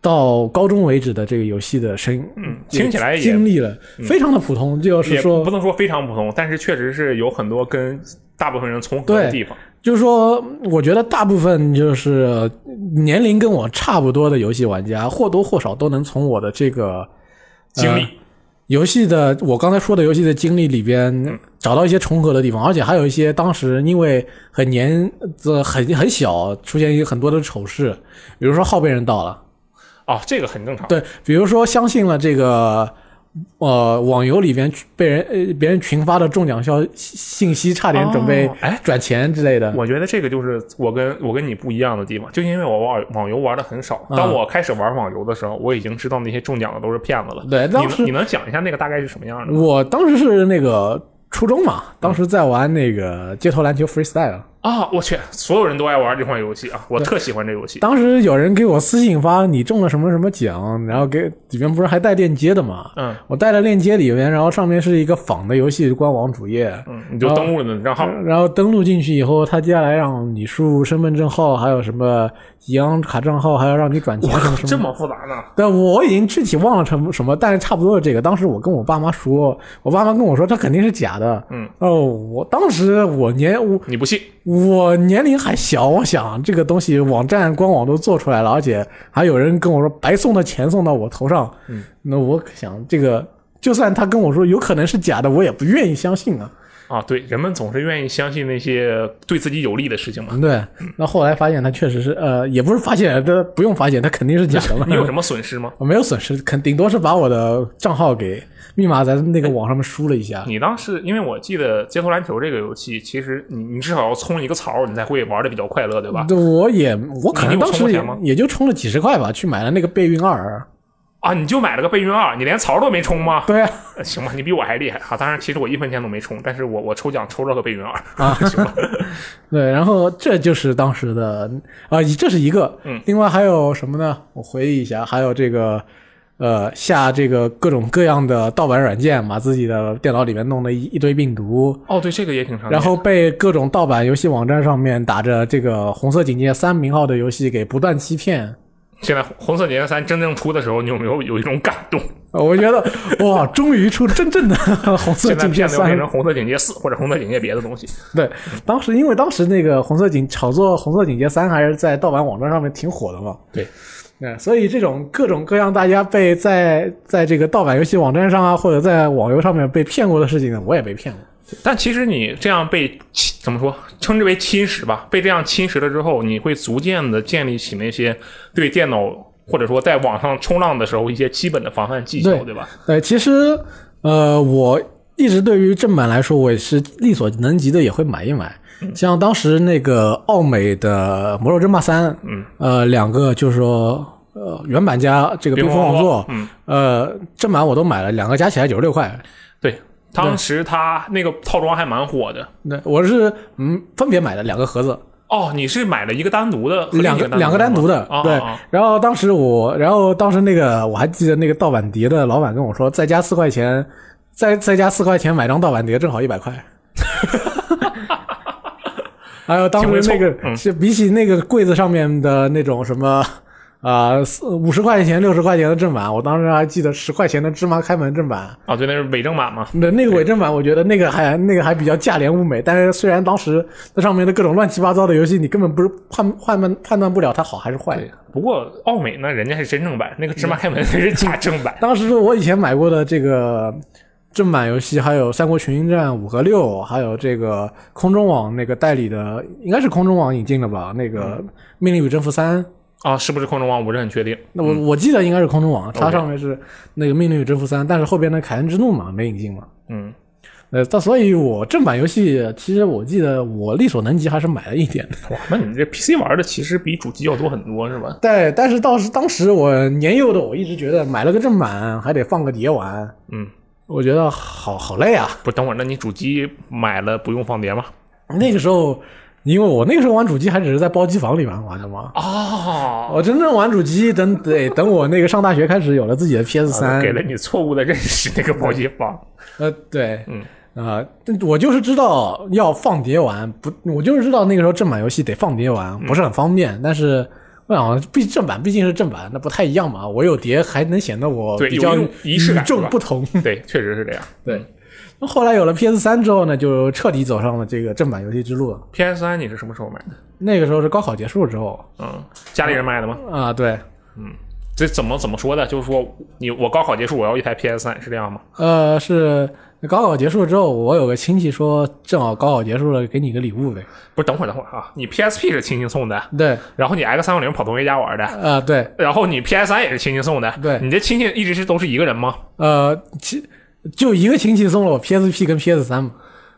到高中为止的这个游戏的生，
嗯听起来也嗯
经历了非常的普通，就是
也
说
不能说非常普通，但是确实是有很多跟大部分人重合的
对
地方。
就是说，我觉得大部分就是呃年龄跟我差不多的游戏玩家，或多或少都能从我的这个
经历、
呃游戏的我刚才说的游戏的经历里边找到一些重合的地方，而且还有一些当时因为呃很年这很很小，出现一个很多的丑事，比如说号被人盗了，
啊，这个很正常。
对，比如说相信了这个。呃，网游里边去被人呃别人群发的中奖消息信息，差点准备
哦哎
转钱之类的。
我觉得这个就是我跟我跟你不一样的地方，就因为我玩网游玩的很少。
嗯
当我开始玩网游的时候，我已经知道那些中奖的都是骗子了。
对
你
当
能
时嗯
你能讲一下那个大概是什么样的吗？
我当时是那个初中嘛，当时在玩那个街头篮球 freestyle，
啊，我去，所有人都爱玩这款游戏啊，我特喜欢这游戏。
当时有人给我私信发你中了什么什么奖，然后给里面不是还带链接的嘛，
嗯，
我带了链接里面，然后上面是一个仿的游戏官网主页，
嗯，你就登录了账号，
然后登录进去以后，他接下来让你输入身份证号，还有什么银行卡账号，还要让你转钱什么什
这
么。
么复杂呢？
但我已经具体忘了什么什么，但是差不多是这个。当时我跟我爸妈说，我爸妈跟我说这肯定是假的。
嗯，
哦，我当时我年我
你不信？
我年龄还小，我想这个东西网站官网都做出来了，而且还有人跟我说白送的钱送到我头上，嗯，那我想这个就算他跟我说有可能是假的，我也不愿意相信啊。
啊，对，人们总是愿意相信那些对自己有利的事情嘛。
对，那后来发现他确实是，呃，也不是发现，他不用发现，他肯定是假 的嘛。
你有什么损失吗？
我没有损失，肯顶多是把我的账号给密码在那个网上面输了一下。
你当时，因为我记得街头篮球这个游戏，其实你你至少要充一个槽，你才会玩的比较快乐，对吧？
嗯对，我也我可
你
能
有
当
充过
时也
钱吗
也就充了几十块吧，去买了那个备孕二。
啊，你就买了个备孕二，你连槽都没充吗？
对啊，
呃行吧，你比我还厉害啊！当然，其实我一分钱都没充，但是我我抽奖抽了个备孕二啊， 行 吧。
对，然后这就是当时的啊、一这是一个，
嗯
另外还有什么呢？我回忆一下，还有这个，呃，下这个各种各样的盗版软件，把自己的电脑里面弄了一一堆病毒，
哦，对，这个也挺常见。
然后被各种盗版游戏网站上面打着这个红色警戒三名号的游戏给不断欺骗，
现在《红色警戒三》真正出的时候，你有没有有一种感 动？
呃我觉得哇，终于出真正的 红色
现在
警戒
片子又变
三
成《红色警戒四》或者《红色警戒》别的东西。
对，当时因为当时那个红色警炒作红色警戒三还是在盗版网站上面挺火的嘛，
对，
嗯，所以这种各种各样大家被在在这个盗版游戏网站上啊，或者在网游上面被骗过的事情呢，我也被骗过。
但其实你这样被侵怎么说，称之为侵蚀吧，被这样侵蚀了之后，你会逐渐的建立起那些对电脑或者说在网上冲浪的时候一些基本的防范技巧，
对
对吧？
对，其实呃，我一直对于正版来说，我也是力所能及的也会买一买。像当时那个奥美的《魔兽争霸三》，嗯，呃，两个就是说。呃，原版加这个冰封王座，
嗯，
呃，正版我都买了，两个加起来九十六 块。
对，当时他那个套装还蛮火的。
那我是嗯分别买了两个盒子，
哦，你是买了一个单独的，和
两
另一
两个
个
单独的
的吗，啊、
对
啊啊。
然后当时我，然后当时那个我还记得那个盗版碟的老板跟我说，再加四块钱，再再加四块钱买张盗版碟，正好一百块。还哎有当
挺会
时
凑
那个、
嗯
是比起那个柜子上面的那种什么。啊，五十块钱、六十块钱的正版，我当时还记得十块钱的芝麻开门正版，
啊，对，那是伪正版嘛。
那那个伪正版，我觉得那个还那个还比较价廉物美，但是虽然当时那上面的各种乱七八糟的游戏，你根本不是判判断判断不了它好还是坏。
不过奥美那人家是真正版，那个芝麻开门那是假正 版。
当时我以前买过的这个正版游戏，还有《三国群英战五》和六，还有这个空中网那个代理的，应该是空中网引进的吧？那个《命令与征服三》，
啊，是不是空中王？我不是很确定。
那我、我记得应该是空中网，它上面是那个《命令与征服三》，但是后边的《凯恩之怒》嘛没引进嘛。
嗯，
呃，但所以，我正版游戏其实我记得我力所能及还是买了一点 的，
哇，那你这 PC 玩的其实比主机要多很多，是吧？
但但是当时当时我年幼的我一直觉得买了个正版还得放个碟玩，
嗯，
我觉得好好累啊。
不，等会儿，那你主机买了不用放碟吗？
那个时候，因为我那个时候玩主机还只是在包机房里玩玩的嘛，
哦，
我真正玩主机等得等我那个上大学开始有了自己的 PS 三，
啊给了你错误的认识，那个包机 房。
呃，对，
嗯，
啊、但我就是知道要放碟玩，不，我就是知道那个时候正版游戏得放碟玩，
嗯
不是很方便。但是我想，毕正版毕竟是正版，那不太一样嘛。我有碟还能显得我
对
比
有
较
一种仪式感
与
是
众
吧
不同。
对，确实是这样。
对，那后来有了 PS 三之后呢，就彻底走上了这个正版游戏之路了。
PS 三你是什么时候买的？
那个时候是高考结束之后
嗯，家里人买的吗？
啊、对，
这怎么怎么说的？就是说你我高考结束，我要一台 PS 三，是这样吗？
呃，是高考结束之后，我有个亲戚说，正好高考结束了，给你个礼物呗。
不是，等会儿等会儿啊，你 PSP 是亲戚送的，
对，啊、
然后你 X 三六零跑同学家玩的，
对，
然后你 PS 三也是亲戚送的。
对
你这亲戚一直是都是一个人吗？
呃，其就一个亲戚送了我 PSP 跟 PS 三嘛。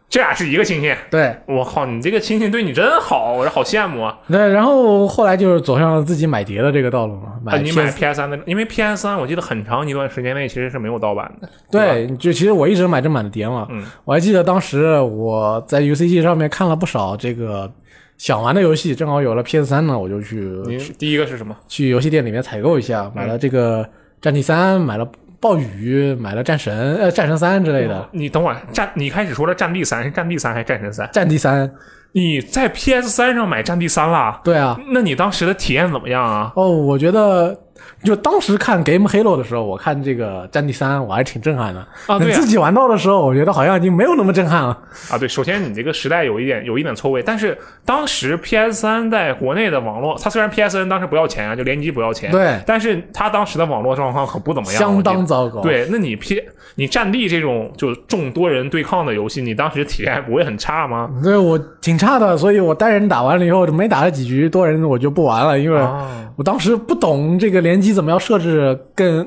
这俩是一个亲戚。
对，
我靠，你这个亲戚对你真好，我这好羡慕啊！
那然后后来就是走上了自己买碟的这个道路嘛，
啊
买
你买
PS，、
PS 三的，因为 PS 三我记得很长一段时间内其实是没有盗版的。
对，就其实我一直买正版的碟嘛。
嗯，
我还记得当时我在 UCG 上面看了不少这个想玩的游戏，正好有了 PS 三呢，我就去
你第一个是什么？
去游戏店里面采购一下，买了这个《战地三》，买了。暴雨买了战神，呃，战神三之类的，
你等会儿战，你开始说了《战地三》是《战地三》还是《战神三》？
战地三，
你在 PS 三上买《战地三》啦？
对啊，
那你当时的体验怎么样啊？
哦，我觉得就当时看 Game Halo 的时候，我看这个《战地三》，我还挺震撼的。
啊对啊
自己玩到的时候，我觉得好像已经没有那么震撼了。
啊，对，首先你这个时代有一点有一点错位，但是当时 PS 三在国内的网络，它虽然 PSN 当时不要钱啊，就联机不要钱，
对
但是它当时的网络状况可不怎么样，
相当
我记得
糟糕
对，那你 P 你战地这种就众多人对抗的游戏，你当时体验不会很差吗？
对我挺差的，所以我单人打完了以后，没打了几局多人我就不玩了，因为
啊
我当时不懂这个联机怎么样设置更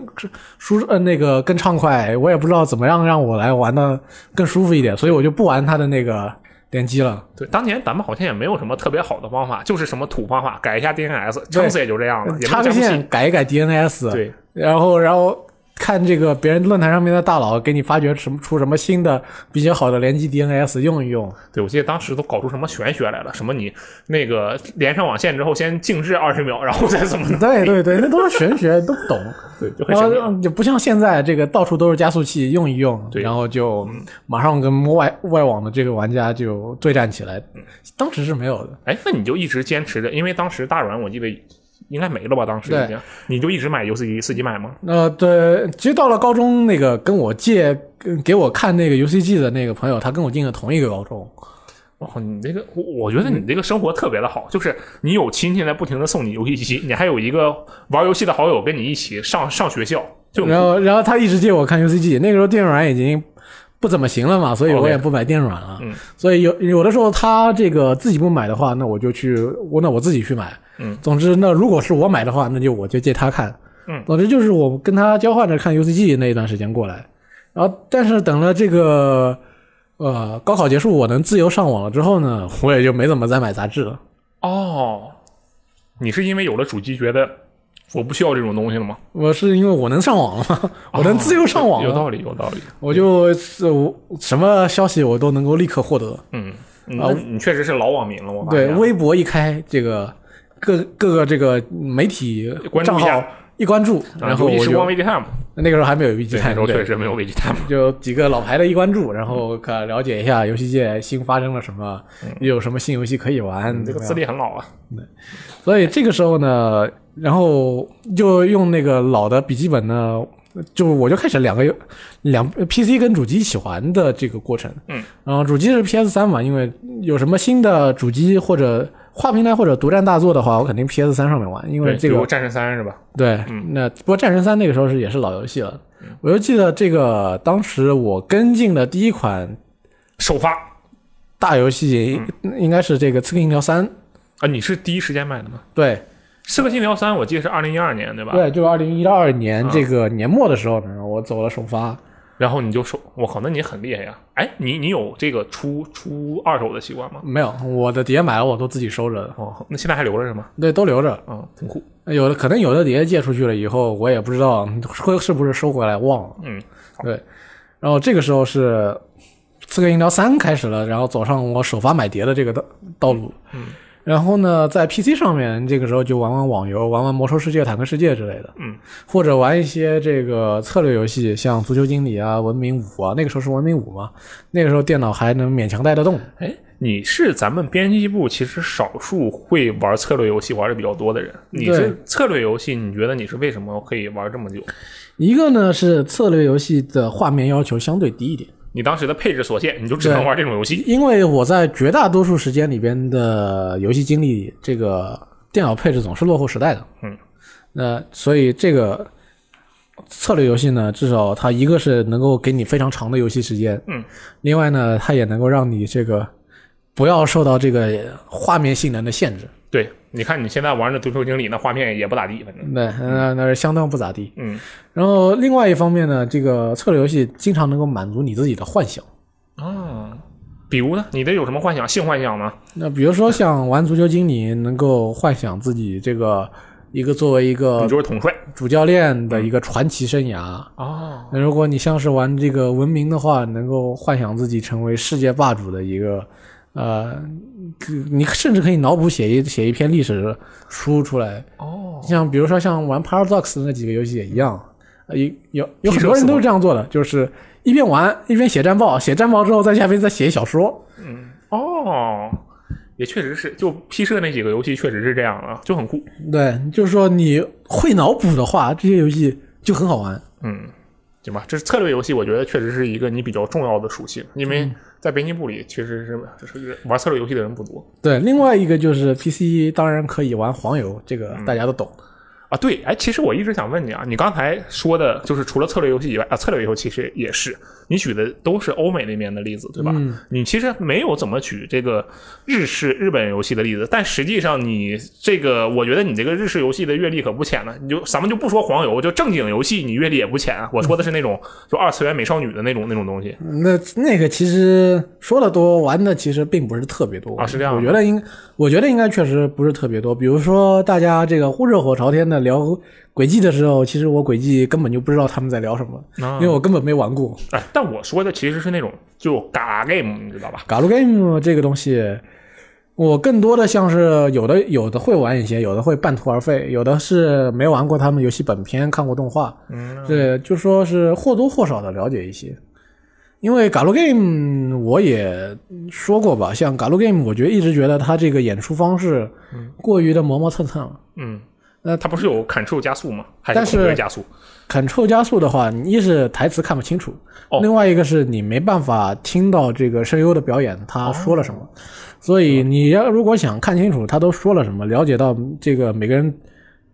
舒呃那个更畅快，我也不知道怎么样让我来玩的更舒服一点，所以我就不玩它的那个联机了。
对，当年咱们好像也没有什么特别好的方法，就是什么土方法，改一下 DNS，撑死也就这样哦了，也
插
没
个
有
线
线。
改一改 DNS，
对，
然后然后看这个别人论坛上面的大佬给你发掘什么出什么新的比较好的联机 DNS 用一用，
对，我记得当时都搞出什么玄学来了，什么你那个连上网线之后先静置二十秒，然后再怎么弄，
对对对，那都是玄学，都不懂。
对，就很
然
神
后
秘。
就不像现在这个到处都是加速器，用一用，
对
然后就马上跟外外网的这个玩家就对战起来。当时是没有的，
哎，那你就一直坚持着，因为当时大软我记得应该没了吧？当时已经，你就一直买游戏机，自己买吗？
呃，对，其实到了高中，那个跟我借跟给我看那个 UCG 的那个朋友，他跟我进了同一个高中。
哇，你这个，我我觉得
嗯
你这个生活特别的好，就是你有亲戚在不停的送你游戏机，你还有一个玩游戏的好友跟你一起上上学校，就
然后，然后他一直借我看 UCG，那个时候电软已经不怎么行了嘛，所以我
OK
也不买电软了。
嗯
所以有有的时候他这个自己不买的话，那我就去，我那我自己去买。
嗯
总之，那如果是我买的话，那就我就借他看。
嗯
总之就是我跟他交换着看 UCG 那一段时间过来，然后但是等了这个呃高考结束，我能自由上网了之后呢，我也就没怎么再买杂志了。
哦，你是因为有了主机，觉得我不需要这种东西了吗？
我是因为我能上网了嘛，我能自由上
哦
网啊
有有
了，
道理，有道理。
我就是我什么消息我都能够立刻获得。
嗯，那你确实是老网民了，我发
啊对，
现
微博一开，这个各各个这个媒体
关注
账
一下
号一关注，
啊
然后
尤
我
其时
就
光 VGTime，
那个时候还没有
对
B 级
那
看
时，候
对
确实没有 VGTime。
就几个老牌的一关注，然后可了解一下游戏界新发生了什么，又有什么新游戏可以玩。
嗯你这个
怎么样
资历很老啊，
所以这个时候呢，然后就用那个老的笔记本呢，就我就开始两个两 PC 跟主机一起玩的这个过程。
嗯，
然后主机是 PS 三嘛，因为有什么新的主机或者跨平台或者独占大作的话，我肯定 PS 三上面玩，因为
对，
这
比
个
如战神三是吧？
对，
嗯
那不过《战神三》那个时候是也是老游戏了，我就记得这个当时我跟进的第一款
首发
大游戏，
嗯
应该是这个《刺客信条三》。
啊，你是第一时间买的吗？
对
《刺客信条三》我记得是二零一二年对吧？。
对，就是二零一二年这个年末的时候呢，我走了首发。
然后你就说，我靠，那你很厉害呀！哎，你你有这个出出二手的习惯吗？
没有，我的碟买了我都自己收着的，
哦，那现在还留着是吗？
对，都留着。
嗯，挺酷。
呃有的可能有的碟借出去了以后，我也不知道会是不是收回来忘了。
嗯，
对，然后这个时候是《刺客信条三》开始了，然后走上我首发买碟的这个道道路。嗯，然后呢，在 PC 上面，这个时候就玩玩网游，玩玩《魔兽世界》《坦克世界》之类的。
嗯，
或者玩一些这个策略游戏，像《足球经理》啊，《文明五》啊。那个时候是《文明五》嘛，那个时候电脑还能勉强带得动。
哎，你是咱们编辑部其实少数会玩策略游戏玩的比较多的人。你是策略游戏，你觉得你是为什么可以玩这么久？
一个呢是策略游戏的画面要求相对低一点。
你当时的配置所限，你就只能
对
玩这种游戏。
因为我在绝大多数时间里边的游戏经历，这个电脑配置总是落后时代的。
嗯，
那所以这个策略游戏呢，至少它一个是能够给你非常长的游戏时间，
嗯，
另外呢，它也能够让你这个不要受到这个画面性能的限制。
对，你看你现在玩的《足球经理》，那画面也不咋地，反正。
那那那是相当不咋地。
嗯，
然后另外一方面呢，这个策略游戏经常能够满足你自己的幻想。
啊，比如呢，你的有什么幻想？性幻想吗？
那比如说像玩足球经理，能够幻想自己这个一个作为一个
你就是统帅。
主嗯教练的一个传奇生涯。
哦，
那如果你像是玩这个文明的话，能够幻想自己成为世界霸主的一个，呃，可你甚至可以脑补写一写一篇历史书出来。
哦，
像比如说像玩 Paradox 的那几个游戏也一样，呃，有有有
提
很
升
多人
思
都
考
是这样做的，就是一边玩一边写战报，写战报之后在下边再写一小说。
哦，也确实是，就 P 社那几个游戏确实是这样啊，就很酷。
对，就是说你会脑补的话，这些游戏就很好玩。
嗯，对吧？这是策略游戏，我觉得确实是一个你比较重要的属性，因为在编辑部里确实是就是玩策略游戏的人不多
对，另外一个就是 PC 当然可以玩黄油，这
嗯
个大家都懂。
啊。对，哎，其实我一直想问你啊，你刚才说的就是除了策略游戏以外啊，策略游戏其实也是你举的都是欧美那边的例子，对吧？你其实没有怎么举这个日式日本游戏的例子，但实际上你这个，我觉得你这个日式游戏的阅历可不浅了。你就咱们就不说黄油，就正经游戏你阅历也不浅啊。我说的是那种就二次元美少女的那种那种东西。
那那个其实说的多，玩的其实并不是特别多
啊是这样吗
我觉得应，我觉得应该确实不是特别多。比如说大家这个热火朝天的聊轨迹的时候，其实我轨迹根本就不知道他们在聊什么，
啊
因为我根本没玩过。
哎，但我说的其实是那种就嘎 game，你知道吧？
嘎鲁 game 这个东西，我更多的像是有的有的会玩一些，有的会半途而废，有的是没玩过他们游戏本片，看过动画，
嗯，
对，就说是或多或少的了解一些。因为嘎鲁 game 我也说过吧，像嘎鲁 game，我觉得一直觉得他这个演出方式过于的磨磨蹭蹭了。
嗯，
那
它不是有 Ctrl 加速吗？还
但是
Ctrl 加速？
Ctrl 加速的话，你一是台词看不清楚，
哦
另外一个是你没办法听到这个声优的表演他说了什么，所以你要如果想看清楚他都说了什么，了解到这个每个人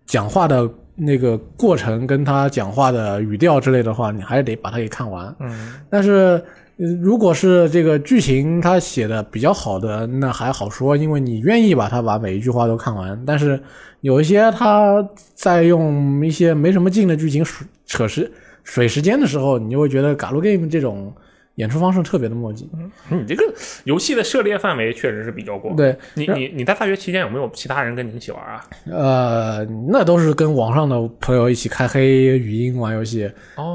讲话的那个过程跟他讲话的语调之类的话，你还是得把它给看完。
嗯，
但是呃如果是这个剧情它写的比较好的，那还好说，因为你愿意把它把每一句话都看完。但是有一些它在用一些没什么劲的剧情水扯时水时间的时候，你就会觉得《g a l Game》这种演出方式特别的墨迹。
你这个游戏的涉猎范围确实是比较广。，
对，
你你你在大学期间有没有其他人跟你一起玩啊？
呃，那都是跟网上的朋友一起开黑语音玩游戏，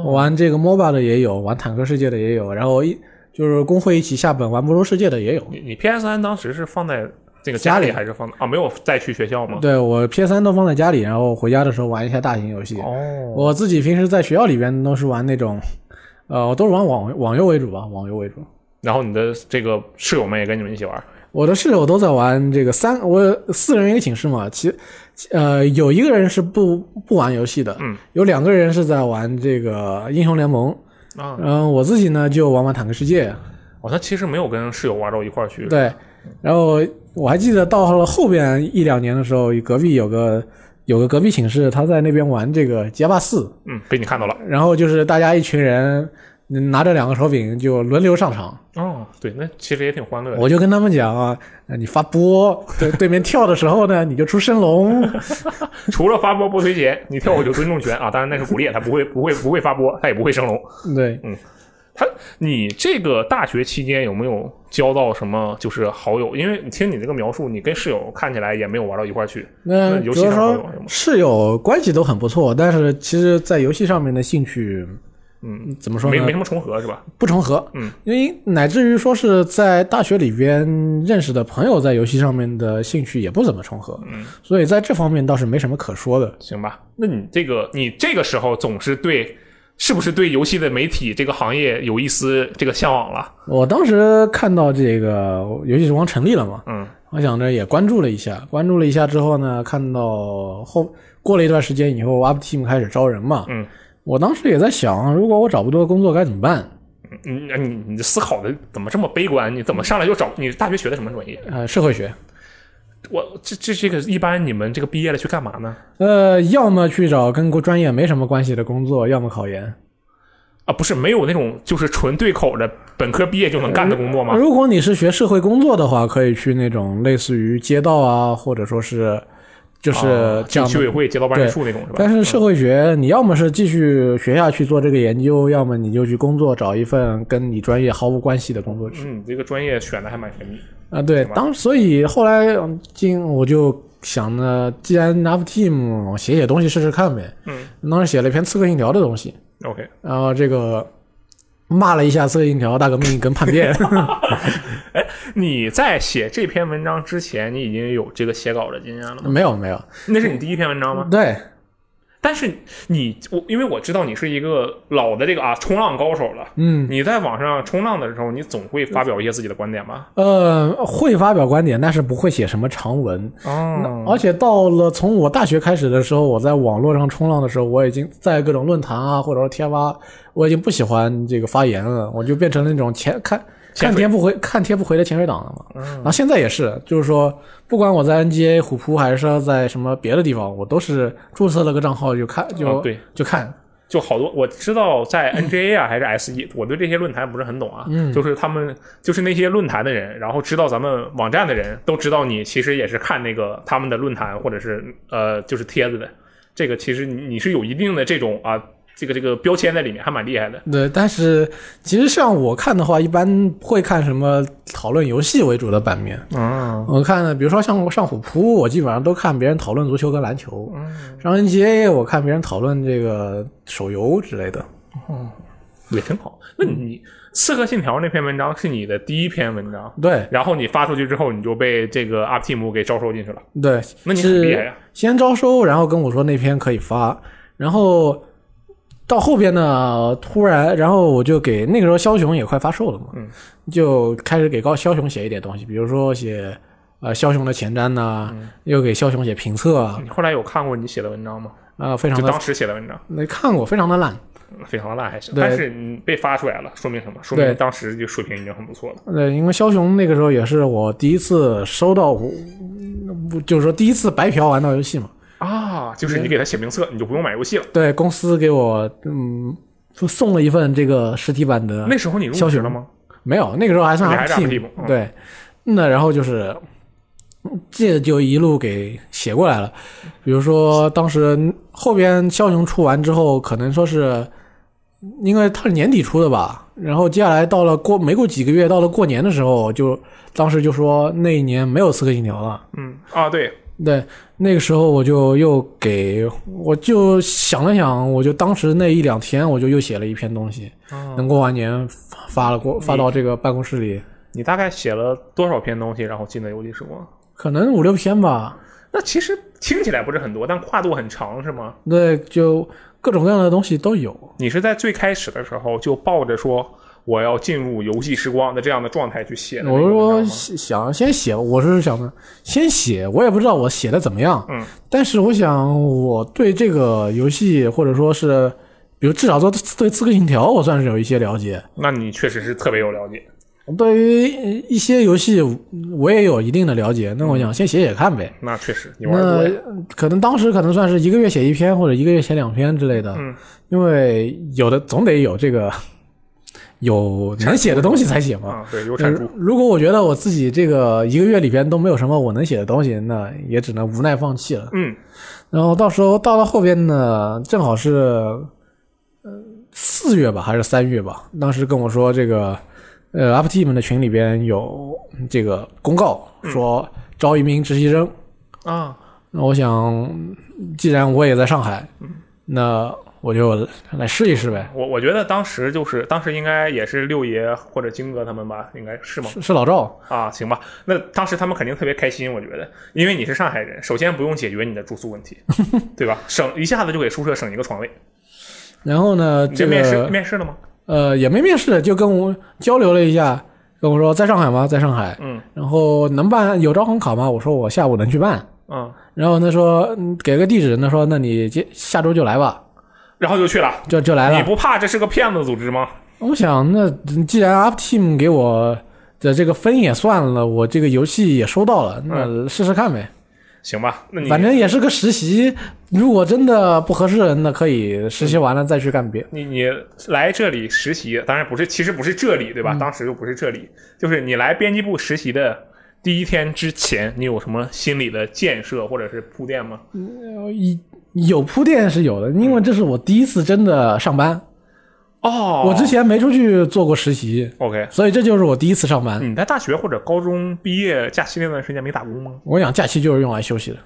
玩这个 MOBA 的也有，玩坦克世界的也有，然后一就是工会一起下本玩魔兽世界的也有。
你你 PS 三当时是放在这个
家里
里还是放在啊？没有再去学校吗？
对我 PS 三都放在家里，然后回家的时候玩一下大型游戏。
哦，
我自己平时在学校里边都是玩那种，呃，我都是玩网网游为主吧，网游为主。
然后你的这个室友们也跟你们一起玩，
我的室友都在玩这个三，我四人一个寝室嘛，其呃有一个人是不不玩游戏的，
嗯，
有两个人是在玩这个英雄联盟，
啊
嗯、我自己呢就玩玩坦克世界，
好像哦其实没有跟室友玩到一块儿去。，
对，然后我还记得到了后边一两年的时候，隔壁有个有个隔壁寝室，他在那边玩这个街霸四，
嗯，被你看到了。
然后就是大家一群人嗯拿着两个手柄就轮流上场，
哦，对，那其实也挺欢乐的。
我就跟他们讲啊，呃你发波，对对面跳的时候呢，你就出升 龙，
除了发波不推鞋，你跳舞就尊重拳啊，当然那是鼓励，他不会不会不会发波，他也不会升龙。
对，
他，你这个大学期间有没有交到什么就是好友？因为你听你这个描述，你跟室友看起来也没有玩到一块儿去。
那
那
比
游
如
戏上会有
说
吗
室友关系都很不错，但是其实，在游戏上面的兴趣
嗯，
怎么说
没
呢
没什？么重合是吧？
不重合，
嗯，
因为乃至于说是在大学里边认识的朋友，在游戏上面的兴趣也不怎么重合，
嗯，
所以在这方面倒是没什么可说的。
行吧，那你这个你这个时候总是对，是不是对游戏的媒体这个行业有一丝这个向往了？
我当时看到这个游戏时光成立了嘛，
嗯，
我想着也关注了一下，关注了一下之后呢，看到后过了一段时间以后，Up Team 开始招人嘛，
嗯，
我当时也在想，如果我找不到工作该怎么办？
你嗯你你思考的怎么这么悲观？你怎么上来就找你大学学的什么专业？
呃，社会学，
我这这这个一般你们这个毕业了去干嘛呢？
呃，要么去找跟专业没什么关系的工作，要么考研。
啊，不是没有那种就是纯对口的本科毕业就能干的工作吗？
呃如果你是学社会工作的话，可以去那种类似于街道啊，或者说是就是
啊
这样
居
的
委会、街道办事处那种是吧？嗯
但是社会学，你要么是继续学下去做这个研究，要么你就去工作，找一份跟你专业毫无关系的工作去。
嗯，你这个专业选的还蛮神秘。
啊，对，当所以后来嗯进我就想着，既然 Nav Team 我写写东西试试看呗。
嗯，
当时写了一篇《刺客信条》的东西，
OK，
然后这个骂了一下《刺客信条》大革命跟 叛变。
你在写这篇文章之前，你已经有这个写稿的经验了吗？
没有没有，
那是你第一篇文章吗？
对，
但是你我因为我知道你是一个老的这个啊冲浪高手了，
嗯，
你在网上冲浪的时候，你总会发表一些自己的观点吧？
呃，会发表观点，但是不会写什么长文。
哦
而且到了从我大学开始的时候，我在网络上冲浪的时候，我已经在各种论坛啊，或者说贴吧，我已经不喜欢这个发言了，我就变成那种潜看
潜
看
水
贴不回嗯看贴不回的潜水党了嘛。然后现在也是，就是说，不管我在 NGA 虎扑还是说在什么别的地方，我都是注册了个账号就看就、
哦对
就看。
就好多我知道在 NGA 啊还是 SE，我对这些论坛不是很懂啊，就是他们就是那些论坛的人，然后知道咱们网站的人都知道你其实也是看那个他们的论坛或者是呃就是帖子的，这个其实你你是有一定的这种啊这个这个标签在里面，还蛮厉害的。
对，但是其实像我看的话，一般不会看什么讨论游戏为主的版面。
啊，
我看呢，比如说像上虎扑，我基本上都看别人讨论足球跟篮球；上 NGA，我看别人讨论这个手游之类的。
也挺好。那你《刺客信条》那篇文章是你的第一篇文章，
对
然后你发出去之后，你就被这个 UP Team 给招收进去了。
对，
那你很厉害啊
是
呀
先招收，然后跟我说那篇可以发，然后到后边呢，突然，然后我就给那个时
嗯
候枭雄也快发售了嘛，就开始给高枭雄写一点东西，比如说写呃枭雄的前瞻呐、
嗯
又给枭雄写评测啊，
你后来有看过你写的文章吗？
啊，非常
嗯就
的
当时写的文章，
那看过，非常的烂。
非常的烂还行，
对
但是你被发出来了，说明什么？说明
对
当时就水平已经很不错了。
呃，因为枭雄那个时候也是我第一次收到，嗯就是说第一次白嫖玩到游戏嘛。
啊，就是你给他写评测，你就不用买游戏了。
对，公司给我嗯送了一份这个实体版的，
那时候你入
消
职
息
了吗？
没有，那个时候还算
你还是
RP
RP 嘛嗯
对，那然后就是这就一路给写过来了。比如说当时后边枭雄出完之后，可能说是因为它是年底出的吧，然后接下来到了过没过几个月，到了过年的时候，就当时就说那一年没有刺客信条了。
嗯，啊，对，
对，那个时候我就又给，我就想了想，我就当时那一两天，我就又写了一篇东西，
哦
能过完年发发了过发到这个办公室里，
你大概写了多少篇东西，然后进的游戏时光？
可能五六篇吧。
那其实听起来不是很多，但跨度很长，是吗？
对，就各种各样的东西都有。
你是在最开始的时候就抱着说我要进入游戏时光的这样的状态去写的那
我
个
是
文章
说
吗？
想先写，我是想着先写，我也不知道我写的怎么样。
嗯，
但是我想我对这个游戏或者说是，比如至少说对《刺客信条》，我算是有一些了解。
那你确实是特别有了解。
对于呃一些游戏，我也有一定的了解。那我想先写写看呗。
那确嗯实，你玩
那
多呀。
可能当时可能算是一个月写一篇，或者一个月写两篇之类的。
嗯，
因为有的总得有这个 有能写的东西才写嘛。
啊，对，有
那
产出。
如果我觉得我自己这个一个月里边都没有什么我能写的东西，那也只能无奈放弃了。
嗯，
然后到时候到了后边呢，正好是，呃，四月吧还是三月吧，当时跟我说这个，呃，UP Team 的群里边有这个公告说招一名实习生。
啊，
那我想，既然我也在上海，那我就来试一试呗。
我我觉得当时就是当时应该也是六爷或者金哥他们吧，应该是吗？
是是老赵，
啊，行吧，那当时他们肯定特别开心，我觉得，因为你是上海人，首先不用解决你的住宿问题，对吧？省一下子就给宿舍省一个床位。
然后呢，
你
这
这
个
面试面试了吗？
呃，也没面试，就跟我交流了一下，跟我说在上海吗？在上海。
嗯
然后能办有招行卡吗？我说我下午能去办。
嗯，
然后他说嗯给个地址，他说那你接下周就来吧，
然后就去了。
就就来
你
了。
不怕这是个骗子组织吗？
我想那既然 Up Team 给我的这个分也算了，我这个游戏也收到了，那试试看呗。
行吧，嗯那你
反正也是个实习，如果真的不合适，那可以实习完了再去干别。
你你来这里实习，当然不是，其实不是这里，
嗯
对吧？当时就不是这里，就是你来编辑部实习的第一天之前，你有什么心理的建设或者是铺垫吗？
一有铺垫是有的，因为这是我第一次真的上班，
哦
我之前没出去做过实习，
OK，
所以这就是我第一次上班。
你在大学或者高中毕业假期那段时间没打工吗？
我想假期就是用来休息的。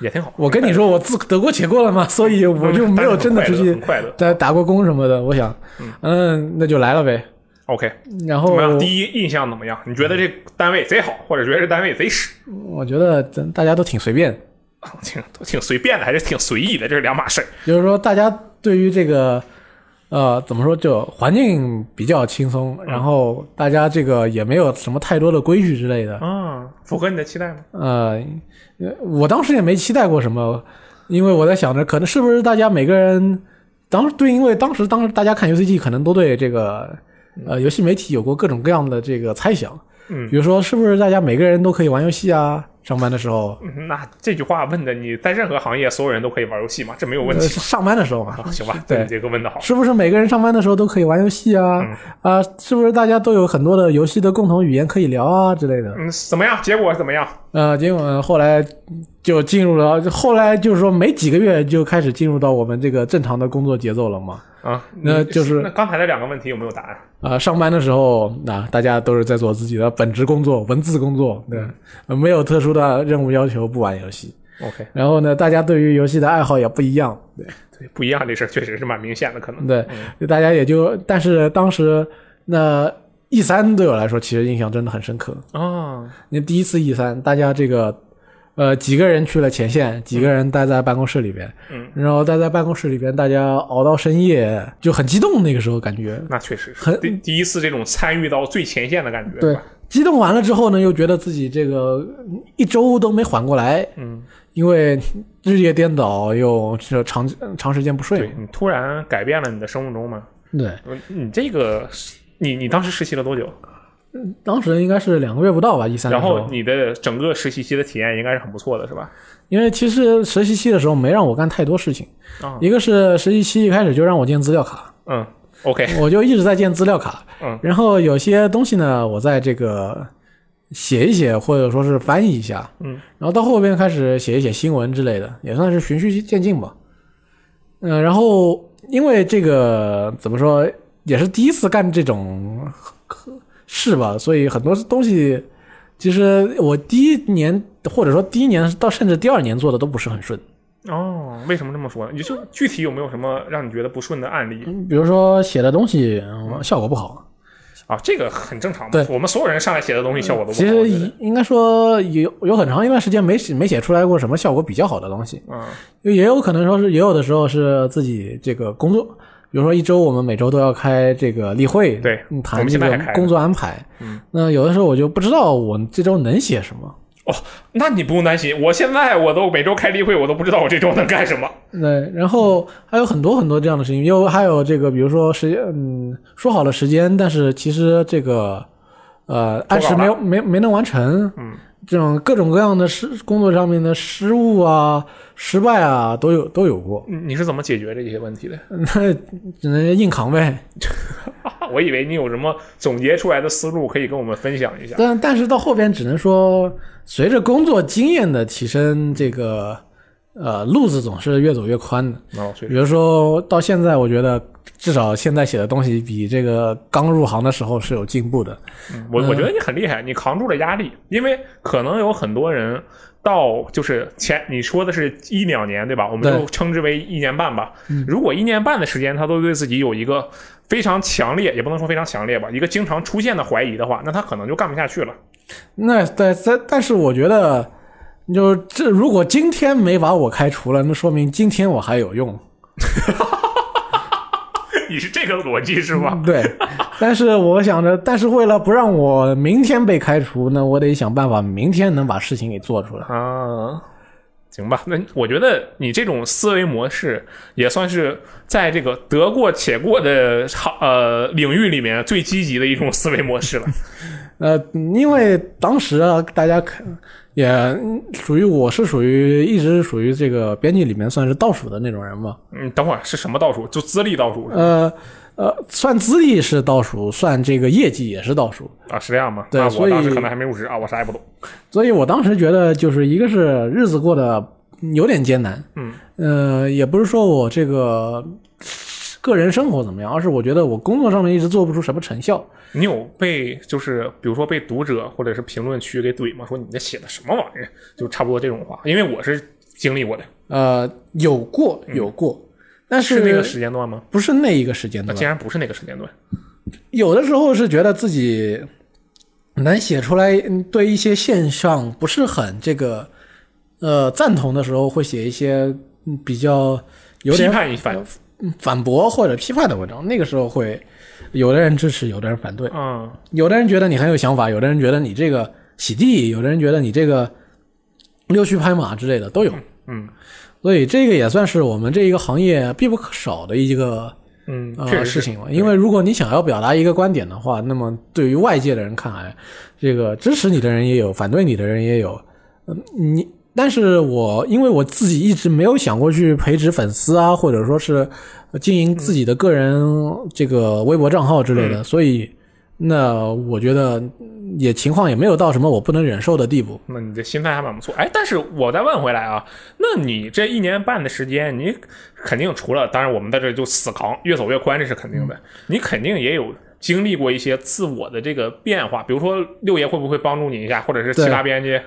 也挺好。
我跟你说，我自得过且过 了嘛，所以我就没有真的出
但是
去
很快乐很快乐
打打过工什么的。我想，嗯，那就来了呗。
OK，
然后
怎么样？第一印象怎么样？你觉得这单位贼好，或者觉得这单位贼屎？
我觉得咱大家都挺随便，
挺都挺随便的，还是挺随意的，这是两码事儿。
就是说大家对于这个。呃，怎么说？就环境比较轻松，然后大家这个也没有什么太多的规矩之类的。
嗯，符合你的期待吗？
呃，呃我当时也没期待过什么，因为我在想着，可能是不是大家每个人当时对，因为当时当时大家看 UCG 可能都对这个呃游戏媒体有过各种各样的这个猜想，
嗯
比如说是不是大家每个人都可以玩游戏啊？上班的时候，
嗯那这句话问的，你在任何行业，所有人都可以玩游戏吗？这没 有问
呃，
题吧。
上班的时候嘛，
啊，行吧，
对
那你这个问的好。
是不是每个人上班的时候都可以玩游戏啊？
嗯
啊、是不是大家都有很多的游戏的共同语言可以聊啊之类的？
嗯，怎么样？结果怎么样？
呃，结果后来就进入了，后来就是说没几个月就开始进入到我们这个正常的工作节奏了嘛。
啊，
那
你
就是
那刚才那两个问题有没有答案？
呃，上班的时候，那、大家都是在做自己的本职工作，文字工作，对，呃没有特殊的任务要求，不玩游戏。
OK，
然后呢，大家对于游戏的爱好也不一样，对
对，不一样这事儿确实是蛮明显的，可能。
对，就大家也就，但是当时那 E 三对我来说，其实印象真的很深刻。
啊，
那第一次 E 三，大家这个呃几个人去了前线，几个人待在办公室里边，
嗯，
然后待在办公室里边，大家熬到深夜，就很激动，那个时候感觉。
那确实是
很
第第一次这种参与到最前线的感觉，
对
是吧，
激动完了之后呢，又觉得自己这个嗯一周都没缓过来，
嗯，
因为日夜颠倒，又这长长时间不睡
对你突然改变了你的生物钟嘛？
对
你这个是，你你当时实习了多久？
当时应该是两个月不到吧，一三。
然后你的整个实习期的体验应该是很不错的，是吧？
因为其实实习期的时候没让我干太多事情，
啊
一个是实习期一开始就让我建资料卡，
嗯，OK，
我就一直在建资料卡，
嗯
然后有些东西呢，我在这个写一写，或者说是翻译一下，
嗯，
然后到后边开始写一写新闻之类的，也算是循序渐进吧。嗯、然后因为这个怎么说，也是第一次干这种事吧，所以很多东西。其实我第一年，或者说第一年到甚至第二年做的都不是很顺，
哦，为什么这么说呢？你就具体有没有什么让你觉得不顺的案例
比如说写的东西嗯效果不好，
啊？这个很正常嘛
对
我们所有人上来写的东西效果都不好。
其
我
实
觉得
一应该说有有很长一段时间没写没写出来过什么效果比较好的东西，
嗯
也有可能说是也有的时候是自己这个工作，比如说一周我们每周都要开这个例会，
对
嗯
我
谈
们
这
现在还
个
开着
工作安排。
嗯，
那有的时候我就不知道我这周能写什么。
哦，那你不用担心，我现在我都每周开例会，我都不知道我这周能干什么。
对，然后还有很多很多这样的事情，又还有这个，比如说时间，嗯，说好了时间，但是其实这个，呃，按时没有没没能完成，
嗯，
这种各种各样的失工作上面的失误啊、失败啊，都有都有过，
你你是怎么解决这些问题的？
那只能硬扛呗。
我以为你有什么总结出来的思路可以跟我们分享一下。
但但是到后边只能说，随着工作经验的提升，这个呃路子总是越走越宽的。
哦，所以
比如说到现在，我觉得至少现在写的东西比这个刚入行的时候是有进步的。
我我觉得你很厉害，你扛住了压力，因为可能有很多人到就是前你说的是一两年对吧？我们
对
就称之为一年半吧。如果一年半的时间，他都对自己有一个非常强烈，也不能说非常强烈吧，一个经常出现的怀疑的话，那他可能就干不下去了。
那但但但是我觉得，就这如果今天没把我开除了，那说明今天我还有用。
你是这个逻辑是吧？
对，但是我想着，但是为了不让我明天被开除，那我得想办法明天能把事情给做出来。
啊，行吧，那我觉得你这种思维模式也算是在这个得过且过的行呃领域里面最积极的一种思维模式 了。
呃，因为当时啊，大家可也嗯属于我是属于一直属于这个编辑里面算是倒数的那种人嘛。
嗯，等会儿是什么倒数？就资历倒数是吧
呃呃，算资历是倒数，算这个业绩也是倒数，
啊？是这样吗？
对
那我
所以
当时可能还没入职啊，我啥也不懂。
所以我当时觉得就是一个是日子过得有点艰难，
嗯，
呃，也不是说我这个个人生活怎么样，而是我觉得我工作上面一直做不出什么成效。
你有被就是比如说被读者或者是评论区给怼吗？说你这写的什么玩意儿？就差不多这种话，因为我是经历过的，
呃，有过有过，但
嗯是那个时间段啊吗？
不是那一个时间
那
段
竟。然不是那个时间段，
有的时候是觉得自己能写出来，嗯对一些现象不是很这个呃赞同的时候，会写一些嗯比较有
批
点
判一番。
嗯反驳或者批判的文章。那个时候会有的人支持，有的人反对，
嗯，
有的人觉得你很有想法，有的人觉得你这个洗地，有的人觉得你这个溜须拍马之类的都有。
嗯，
所以这个也算是我们这一个行业必不可少的一个
嗯，确实
呃事
是
情嘛。因为如果你想要表达一个观点的话，那么对于外界的人看来，这个支持你的人也有，反对你的人也有。嗯，你但是我因为我自己一直没有想过去培植粉丝啊，或者说是呃经营自己的个人这个微博账号之类
嗯
的，所以那我觉得也情况也没有到什么我不能忍受的地步。
那你的心态还蛮不错，哎，但是我再问回来啊，那你这一年半的时间，你肯定除了，当然我们在这就死扛，越走越宽，这是肯定的，
嗯
你肯定也有经历过一些自我的这个变化，比如说六爷会不会帮助你一下，或者是其
对
他编辑，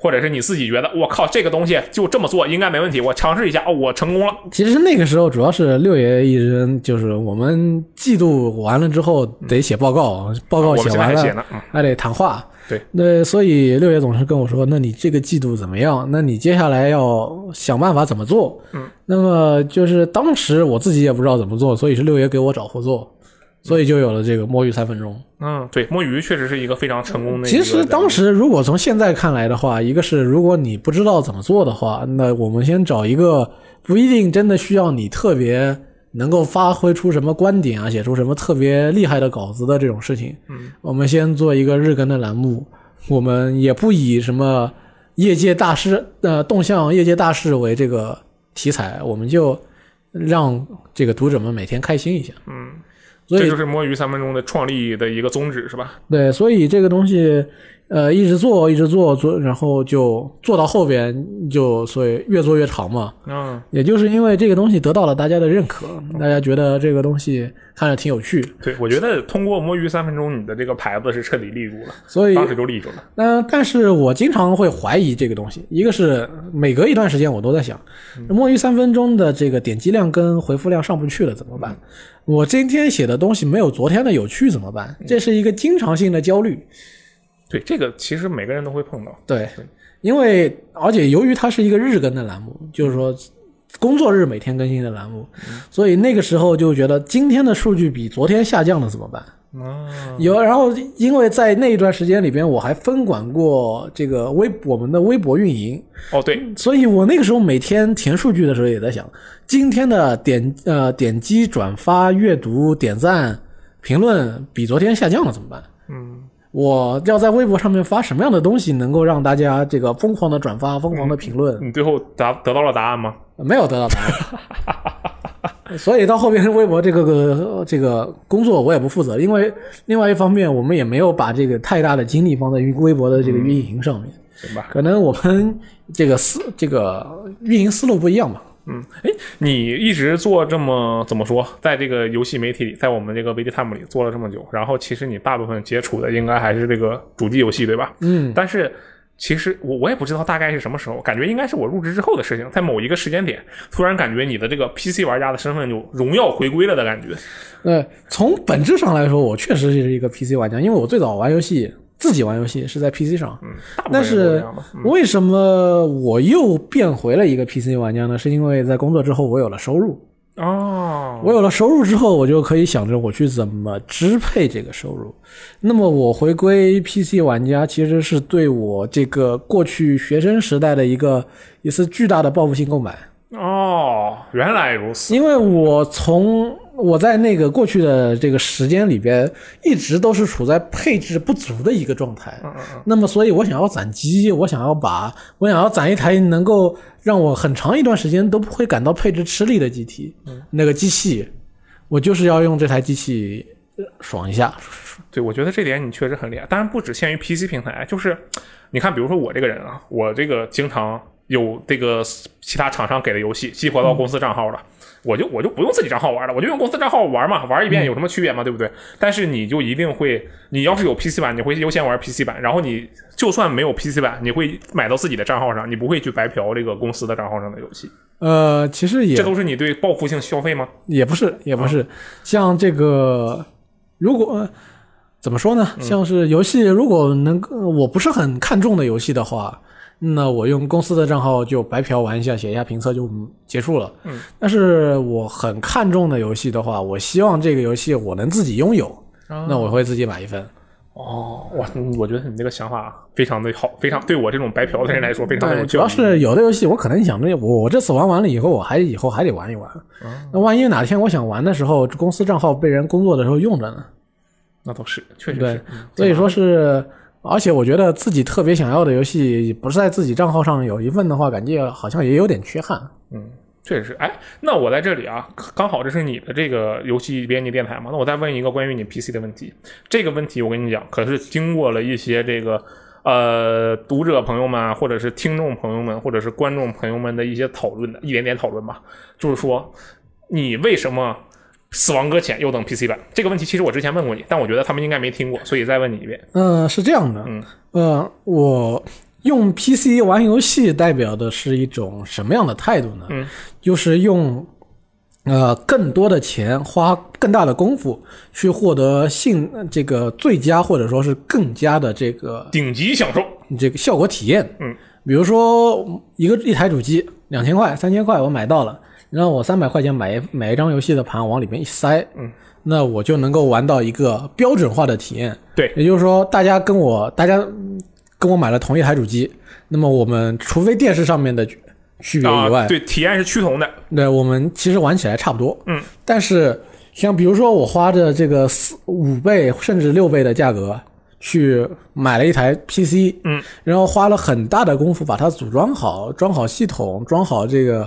或者是你自己觉得我靠这个东西就这么做应该没问题，我尝试一下，哦，我成功了，
其实那个时候主要是六爷一直就是我们季度完了之后得写报告，报告
我们
写
现在
完
还
了，
写呢，嗯，
还得谈话。
对，
那所以六爷总是跟我说：“那你这个季度怎么样？那你接下来要想办法怎么做？”
嗯，
那么就是当时我自己也不知道怎么做，所以是六爷给我找活做，所以就有了这个摸鱼三分钟。
嗯，对，摸鱼确实是一个非常成功的一个
嗯其
软件。
实当时如果从现在看来的话，一个是如果你不知道怎么做的话，那我们先找一个不一定真的需要你特别能够发挥出什么观点啊，写出什么特别厉害的稿子的这种事情。
嗯，
我们先做一个日更的栏目，我们也不以什么业界大师呃动向业界大师为这个题材，我们就让这个读者们每天开心一下。
嗯，
所
这
以
就是摸鱼三分钟的创立的一个宗旨，是吧？
对，所以这个东西，呃，一直做，一直做，做，然后就做到后边就所以越做越长嘛。
嗯，
也就是因为这个东西得到了大家的认可，大家觉得这个东西看着挺有趣，
对，我觉得通过摸鱼三分钟，你的这个牌子是彻底立住了，
所以，
当时就立住了。
嗯、但是我经常会怀疑这个东西，一个是每隔一段时间我都在想，摸鱼三分钟的这个点击量跟回复量上不去了怎么办？我今天写的东西没有昨天的有趣怎么办？这是一个经常性的焦虑。
对，这个其实每个人都会碰到。
对，因为而且由于它是一个日更的栏目，就是说工作日每天更新的栏目，所以那个时候就觉得今天的数据比昨天下降了怎么办？
啊，
有，然后因为在那一段时间里边，我还分管过这个微我们的微博运营，
哦，对，
所以我那个时候每天填数据的时候也在想，今天的点呃点击、转发、阅读、点赞、评论比昨天下降了怎么办？
嗯，
我要在微博上面发什么样的东西，能够让大家这个疯狂的转发、疯狂的评论？
你最后答得到了答案吗？
没有得到答案。 所以到后边微博这个个这个工作我也不负责，因为另外一方面我们也没有把这个太大的精力放在于微博的这个运营上面，
行吧，
可能我们这个思这个运营思路不一样吧。
嗯你一直做这么怎么说，在这个游戏媒体里，在我们这个 VGTime 里做了这么久，然后其实你大部分接触的应该还是这个主机游戏，对吧？
嗯，
但是其实我我也不知道大概是什么时候，感觉应该是我入职之后的事情，在某一个时间点，突然感觉你的这个 PC 玩家的身份就荣耀回归了的感觉。
呃，从本质上来说，我确实是一个 PC 玩家，因为我最早玩游戏自己玩游戏是在 PC 上，
嗯，大部分
但
人都这
是
样吧嗯
为什么我又变回了一个 PC 玩家呢？是因为在工作之后我有了收入，
哦，
我有了收入之后，我就可以想着我去怎么支配这个收入。那么我回归 PC 玩家，其实是对我这个过去学生时代的一个一次巨大的报复性购买，
哦，原来如此。
因为我从我在那个过去的这个时间里边，一直都是处在配置不足的一个状态。
嗯嗯
那么，所以我想要攒机，我想要把我想要攒一台能够让我很长一段时间都不会感到配置吃力的机体，
嗯
那个机器，我就是要用这台机器呃爽一下。
嗯，对，我觉得这点你确实很厉害。当然不只限于 PC 平台，就是你看，比如说我这个人啊，我这个经常有这个其他厂商给的游戏激活到公司账号了。我就我就不用自己账号玩了，我就用公司账号玩嘛，玩一遍有什么区别嘛，对不对？但是你就一定会，你要是有 PC 版，你会优先玩 PC 版，然后你就算没有 PC 版，你会买到自己的账号上，你不会去白嫖这个公司的账号上的游戏。
呃，其实也
这都是你对报复性消费吗？
也不是，也不
啊
是，像这个，如果、呃怎么说呢？
嗯
像是游戏，如果能够我不是很看重的游戏的话，那我用公司的账号就白嫖玩一下，写一下评测就结束了。
嗯，
但是我很看重的游戏的话，我希望这个游戏我能自己拥有，
啊
那我会自己买一份。
哦，哇，嗯我觉得你这个想法非常的好，非常对我这种白嫖的人来说非常的有
对，主
教
要
育。
是有的游戏我可能想着我我这次玩完了以后，我还以后还得玩一玩。
啊
那万一哪天我想玩的时候，公司账号被人工作的时候用着呢？
那倒是，确实
对
是。嗯，
所以说是，而且我觉得自己特别想要的游戏不是在自己账号上有一份的话，感觉好像也有点缺憾。
嗯，确实是。哎，那我在这里啊，刚好这是你的这个游戏编辑电台嘛，那我再问一个关于你 PC 的问题。这个问题我跟你讲，可是经过了一些这个呃读者朋友们啊，或者是听众朋友们，或者是观众朋友们的一些讨论的，一点点讨论吧。就是说，你为什么？死亡搁浅又等 PC 版这个问题，其实我之前问过你，但我觉得他们应该没听过，所以再问你一遍。
嗯、是这样的，
嗯，
呃，我用 PC 玩游戏代表的是一种什么样的态度呢？
嗯，
就是用呃更多的钱，花更大的功夫去获得性呃这个最佳或者说是更加的这个
顶级享受，
这个效果体验。
嗯，
比如说一个一台主机两千块、三千块，我买到了，然后我三百块钱买一买一张游戏的盘往里面一塞，
嗯，
那我就能够玩到一个标准化的体验。
对
也就是说，大家跟我大家嗯跟我买了同一台主机，那么我们除非电视上面的区区别以外，
啊，对，体验是趋同的，
那我们其实玩起来差不多。
嗯，
但是像比如说我花着这个四五倍甚至六倍的价格去买了一台 PC，
嗯，
然后花了很大的功夫把它组装好，装好系统，装好这个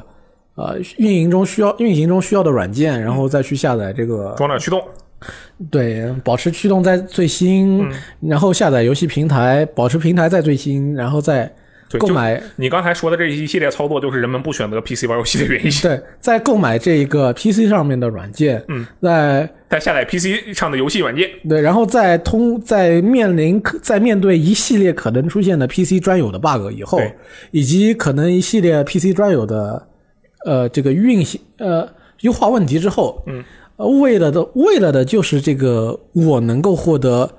呃运营中需要运行中需要的软件，然后再去下载这个
装点驱动，
对，保持驱动在最新，
嗯
然后下载游戏平台，保持平台在最新，然后再
对，
购
就
买
你刚才说的这一系列操作，就是人们不选择 PC 玩游戏的原因。
对，在购买这一个 PC 上面的软件，
嗯，
在
在下载 PC 上的游戏软件，
对，然后在通在面临可在面对一系列可能出现的 PC 专有的 bug 以后
对，
以及可能一系列 PC 专有的呃这个运行呃优化问题之后，
嗯
呃，为了的为了的就是这个我能够获得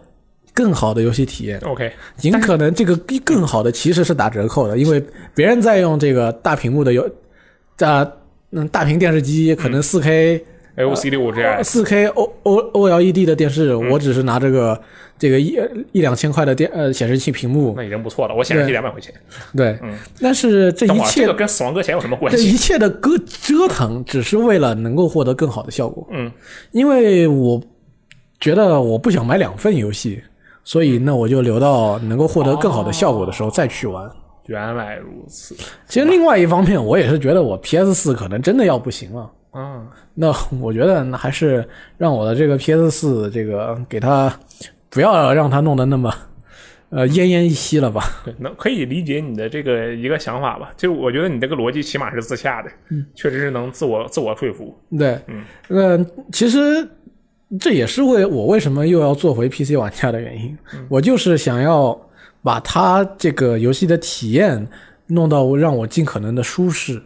更好的游戏体验，
OK，
尽可能这个更好的其实是打折扣的，因为别人在用这个大屏幕的游啊嗯大屏电视机可能
嗯
4 K、
AOC 哎六五 GS，
四 K O O O L E D 的电视，
嗯
我只是拿这个这个一一两千块的电呃显示器屏幕
那，你人不错了，我显示器
对
两百块钱。
对，但是这
嗯等
一
会儿这
切
个跟死亡搁浅有什么关
这一
系？
切的割折腾，只是为了能够获得更好的效果。
嗯，
因为我觉得我不想买两份游戏，所
嗯
以那我就留到能够获得更好的效果的时候再去玩。
原来如此
其实另外一方面，我也是觉得我 PS 四可能真的要不行了。
啊！
那我觉得那还是让我的这个 PS 四这个给它不要让它弄得那么呃奄奄一息了吧？
对，能可以理解你的这个一个想法吧？就我觉得你这个逻辑起码是自洽的，
嗯
确实是能自我自我说服。
对，
嗯
那、其实这也是为我为什么又要做回 PC 玩家的原因，
嗯
我就是想要把它这个游戏的体验弄到让我尽可能的舒适，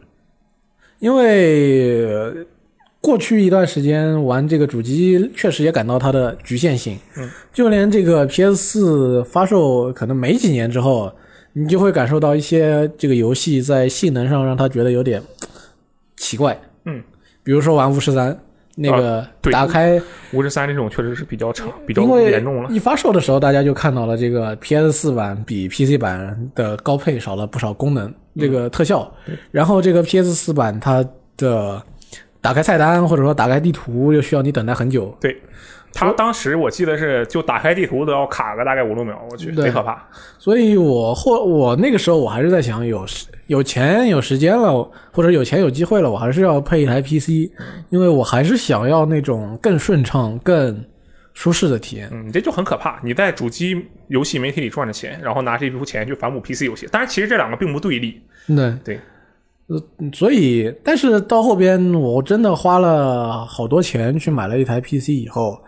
因为。呃过去一段时间玩这个主机，确实也感到它的局限性。
嗯，
就连这个 PS 四发售可能没几年之后，你就会感受到一些这个游戏在性能上让他觉得有点奇怪。
嗯，啊
比如说玩巫师三，那个
对
打开，
五十三这种确实是比较长、比较
因为
严重了。
一发售的时候，大家就看到了这个 PS 四版比 PC 版的高配少了不少功能，这
嗯
个特效。然后这个 PS 四版它的打开菜单或者说打开地图，又需要你等待很久。
对他当时我记得是就打开地图都要卡个大概五六秒，我去，
对
贼可怕。
所以我后我那个时候我还是在想，有时有钱有时间了，或者有钱有机会了，我还是要配一台 PC，因为我还是想要那种更顺畅、更舒适的体验。
嗯，你这就很可怕。你在主机游戏媒体里赚着钱，然后拿这笔钱去反哺 PC 游戏，当然其实这两个并不对立。
对，呃
对，
所以，但是到后边我真的花了好多钱去买了一台 PC 以后，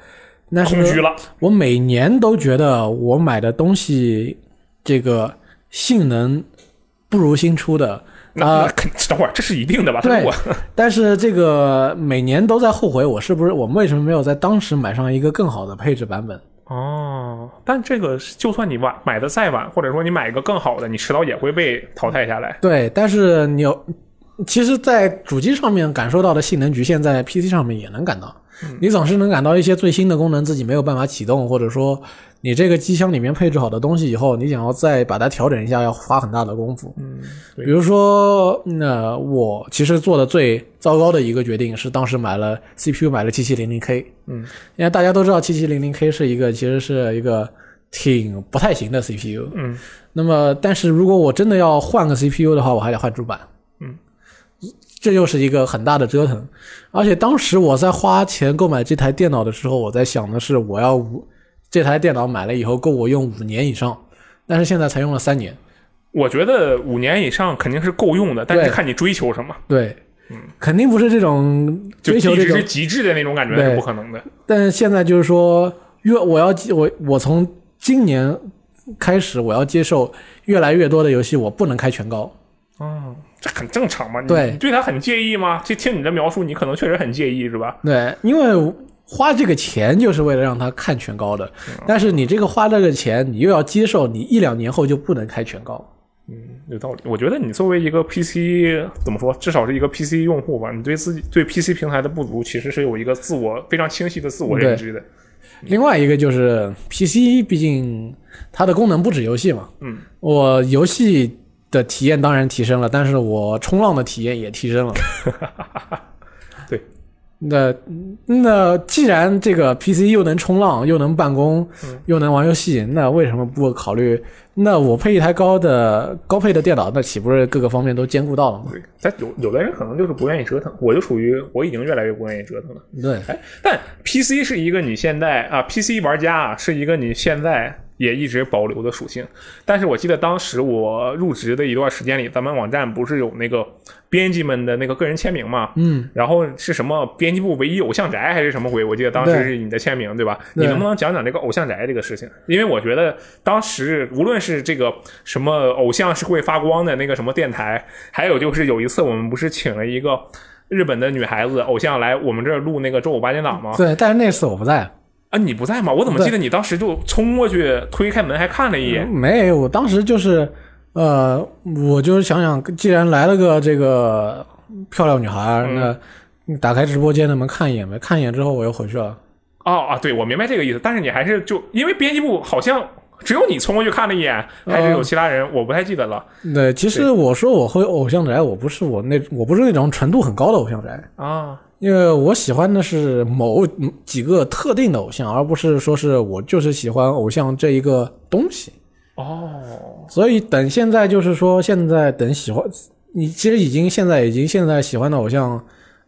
但是
空虚了。
我每年都觉得我买的东西这个性能不如新出的，
那那肯等会儿这是一定的吧？他
呃对
如果
但是这个每年都在后悔，我是不是我们为什么没有在当时买上一个更好的配置版本？
哦，但这个是就算你晚买的再晚，或者说你买一个更好的，你迟早也会被淘汰下来。
对，但是你有，其实，在主机上面感受到的性能局限，在 PC 上面也能感到。你总是能感到一些最新的功能自己没有办法启动，或者说你这个机箱里面配置好的东西以后，你想要再把它调整一下，要花很大的功夫。
嗯，对
比如说，那、我其实做的最糟糕的一个决定是，当时买了 CPU 买了 7700K。
嗯，
因为大家都知道 7700K 是一个其实是一个挺不太行的 CPU。
嗯，
那么但是如果我真的要换个 CPU 的话，我还得换主板。
嗯，
这又是一个很大的折腾。而且当时我在花钱购买这台电脑的时候，我在想的是，我要五这台电脑买了以后够我用五年以上，但是现在才用了三年。
我觉得五年以上肯定是够用的，但是
对
看你追求什么，
对，肯定不是这种
嗯就
追
一
求这
直
种
是，极致的那种感觉
对
是不可能的。
但现在就是说，越我要我我从今年开始，我要接受越来越多的游戏，我不能开全高。
哦，这很正常嘛。你
对
你对他很介意吗？就听你的描述，你可能确实很介意，是吧？
对，因为花这个钱就是为了让他看
嗯
全高的，但是你这个花这个钱，你又要接受你一两年后就不能开全高。
嗯，有道理。我觉得你作为一个 PC 怎么说，至少是一个 PC 用户吧，你对自己对 PC 平台的不足，其实是有一个自我非常清晰的自我认知的。
另外一个就是 PC，毕竟它的功能不止游戏嘛。
嗯，
我游戏的体验当然提升了，但是我冲浪的体验也提升了。
对，
那那既然这个 PC 又能冲浪，又能办公，
嗯
又能玩游戏，那为什么不考虑？那我配一台高的高配的电脑，那岂不是各个方面都兼顾到了吗？
对，但有有的人可能就是不愿意折腾，我就属于我已经越来越不愿意折腾了。
对，
哎，但 PC 是一个你现在啊，PC 玩家啊是一个你现在也一直保留的属性。但是我记得当时我入职的一段时间里，咱们网站不是有那个编辑们的那个个人签名嘛？
嗯，
然后是什么编辑部唯一偶像宅还是什么鬼？我记得当时
对
是你的签名对吧？
对
你能不能讲讲这个偶像宅这个事情？因为我觉得当时无论是这个什么偶像是会发光的那个什么电台，还有就是有一次我们不是请了一个。日本的女孩子偶像来我们这儿录那个周五八点档吗？
对，但是那次我不在，
啊，你不在吗？我怎么记得你当时就冲过去推开门还看了一眼？
嗯没有，我当时就是，呃，我就是想想，既然来了个这个漂亮女孩儿，那打开直播间的门看一眼呗，看一眼之后我又回去了。
哦啊，对，我明白这个意思。但是你还是就因为编辑部好像只有你冲过去看了一眼，还是有其他人，我不太记得了
对，其实
对
我说我会偶像宅，我不是我那我不是那种程度很高的偶像宅，
啊。
因为我喜欢的是某几个特定的偶像，而不是说是我就是喜欢偶像这一个东西。
哦，
所以等现在就是说，现在等喜欢你，其实已经现在已经现在喜欢的偶像，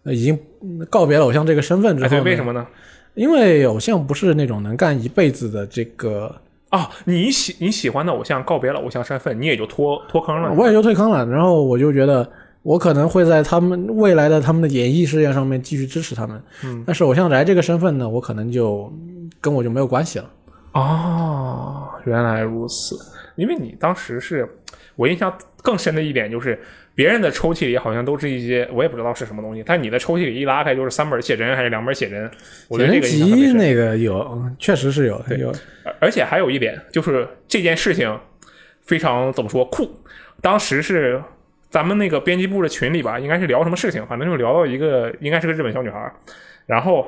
呃已经嗯告别了偶像这个身份之
哎，
后、
对，为什？么呢？
因为偶像不是那种能干一辈子的这个，
啊，你喜你喜欢的偶像告别了偶像身份，你也就脱脱坑了。
我也就退坑了。然后我就觉得，我可能会在他们未来的他们的演艺事业上面继续支持他们。嗯，但是偶像宅这个身份呢，我可能就跟我就没有关系了。
哦，原来如此。因为你当时是我印象更深的一点就是，别人的抽屉里好像都是一些我也不知道是什么东西，但你的抽屉里一拉开就是三本写真还是两本写真，我觉得这
人
个印象特别
集
深。
那个有，嗯确实是有有。
而而且还有一点就是这件事情非常怎么说酷，当时是咱们那个编辑部的群里吧，应该是聊什么事情，反正就聊到一个应该是个日本小女孩儿，然后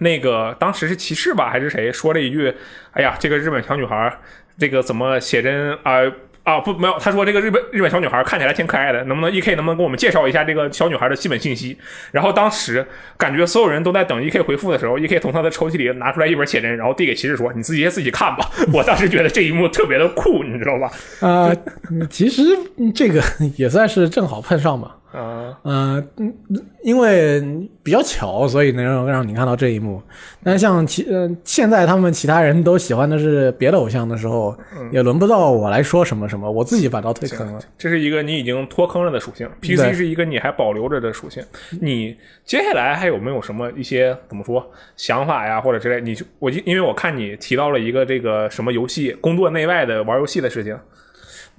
那个当时是骑士吧还是谁说了一句，哎呀，这个日本小女孩儿这个怎么写真啊？啊不，没有，他说这个日本日本小女孩看起来挺可爱的，能不能 E K 能不能给我们介绍一下这个小女孩的基本信息？然后当时感觉所有人都在等 E K 回复的时候，E K 从他的抽屉里拿出来一本写真，然后递给骑士说：“你自己自己看吧。”啊我当时觉得这一幕特别的酷，你知道吧？
啊、嗯其实嗯这个也算是正好碰上吧。
啊、
呃，嗯因为比较巧，所以能让让你看到这一幕。但像其呃，现在他们其他人都喜欢的是别的偶像的时候，
嗯
也轮不到我来说什么什么，我自己反倒退坑了。
啊这是一个你已经脱坑了的属性
嗯对
，PC 是一个你还保留着的属性。你接下来还有没有什么一些怎么说想法呀，或者之类？你就我因因为我看你提到了一个这个什么游戏工作内外的玩游戏的事情，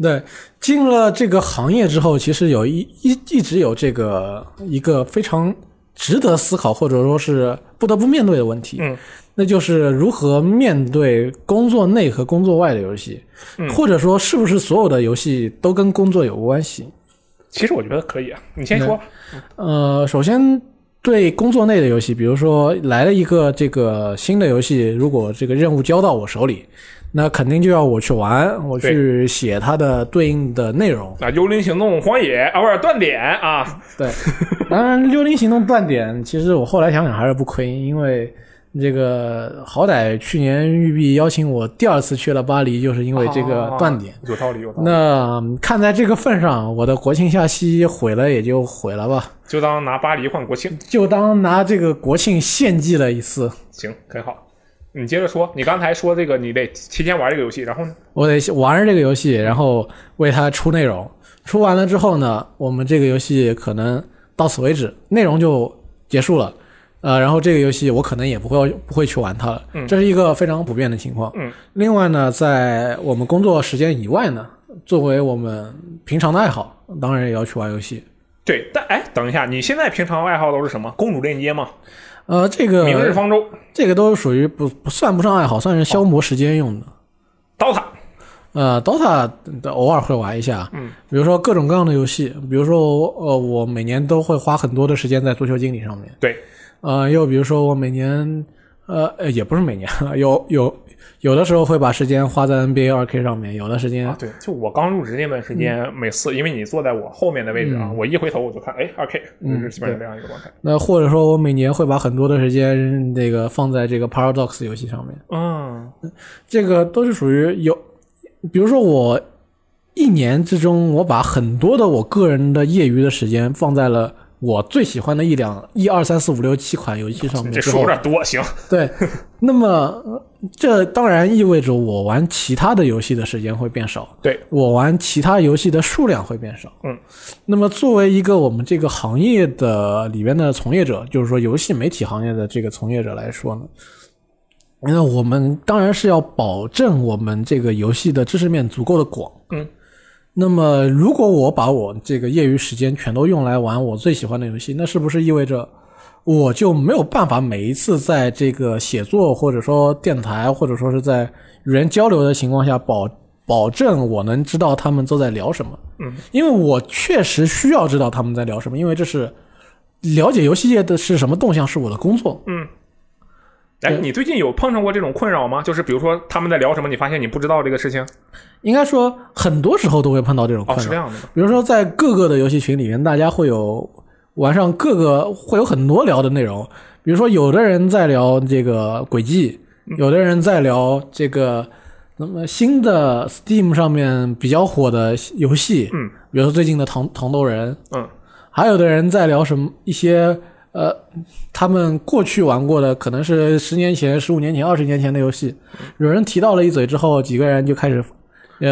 对，进了这个行业之后，其实有一一一直有这个一个非常值得思考，或者说是不得不面对的问题。
嗯，
那就是如何面对工作内和工作外的游戏，
嗯
或者说是不是所有的游戏都跟工作有关系？
其实我觉得可以啊。你先说，
呃，首先对工作内的游戏，比如说来了一个这个新的游戏，如果这个任务交到我手里，那肯定就要我去玩，我去写它的对应的内容。
啊，《幽灵行动》《荒野》偶尔断点啊，
对， 当然《幽灵行动》断点，其实我后来想想还是不亏，因为。这个好歹去年育碧邀请我第二次去了巴黎，就是因为这个断点。
有道理，有道理。
那嗯看在这个份上，我的国庆假期毁了也就毁了吧，
就当拿巴黎换国庆，
就当拿这个国庆献祭了一次。
行，很好。你接着说，你刚才说这个，你得提前玩这个游戏，然后呢？
我得玩着这个游戏，然后为它出内容。出完了之后呢，我们这个游戏可能到此为止，内容就结束了。呃，然后这个游戏我可能也不会不会去玩它了，这是一个非常普遍的情况。
嗯，
另外呢，在我们工作时间以外呢，作为我们平常的爱好，当然也要去玩游戏。
对，但哎，等一下，你现在平常爱好都是什么？公主链接吗？
呃，这个
明日方舟、
这个都属于不不算不上爱好，算是消磨时间用的。
刀塔、
呃，DOTA 的偶尔会玩一下，
嗯，
比如说各种各样的游戏，比如说我呃，我每年都会花很多的时间在足球经理上面，
对，
呃，又比如说我每年，呃，呃也不是每年， 有有有的时候会把时间花在 NBA 2K 上面，有的时间
啊，对，就我刚入职那段时
嗯
间，每次因为你坐在我后面的位置啊，我一回头我就看，哎，二 K，就是
嗯
基本上这样一个状态。
那或者说我每年会把很多的时间那个放在这个 Paradox 游戏上面，
嗯，
这个都是属于有，比如说我一年之中，我把很多的我个人的业余的时间放在了。我最喜欢的一两一二三四五六七款游戏上面
这
之
说
后
有，点多，行，
对，那么呃这当然意味着我玩其他的游戏的时间会变少，
对，
我玩其他游戏的数量会变少。
嗯，
那么作为一个我们这个行业的里边的从业者，就是说游戏媒体行业的这个从业者来说呢，那我们当然是要保证我们这个游戏的知识面足够的广。
嗯。
那么，如果我把我这个业余时间全都用来玩我最喜欢的游戏，那是不是意味着我就没有办法每一次在这个写作或者说电台或者说是在与人交流的情况下保保证我能知道他们都在聊什么？
嗯，
因为我确实需要知道他们在聊什么，因为这是了解游戏业的是什么动向是我的工作。
嗯。哎，你最近有碰上过这种困扰吗？就是比如说他们在聊什么，你发现你不知道这个事情
应该说很多时候都会碰到这种困
哦，
扰。
是这样的吗？
比如说在各个的游戏群里面，大家会有晚上各个会有很多聊的内容，比如说有的人在聊这个轨迹，
嗯
有的人在聊这个那么新的 Steam 上面比较火的游戏，
嗯，
比如说最近的糖糖豆人，
嗯，
还有的人在聊什么一些呃，他们过去玩过的，可能是十年前、十五年前、二十年前的游戏，有人提到了一嘴之后，几个人就开始。呃，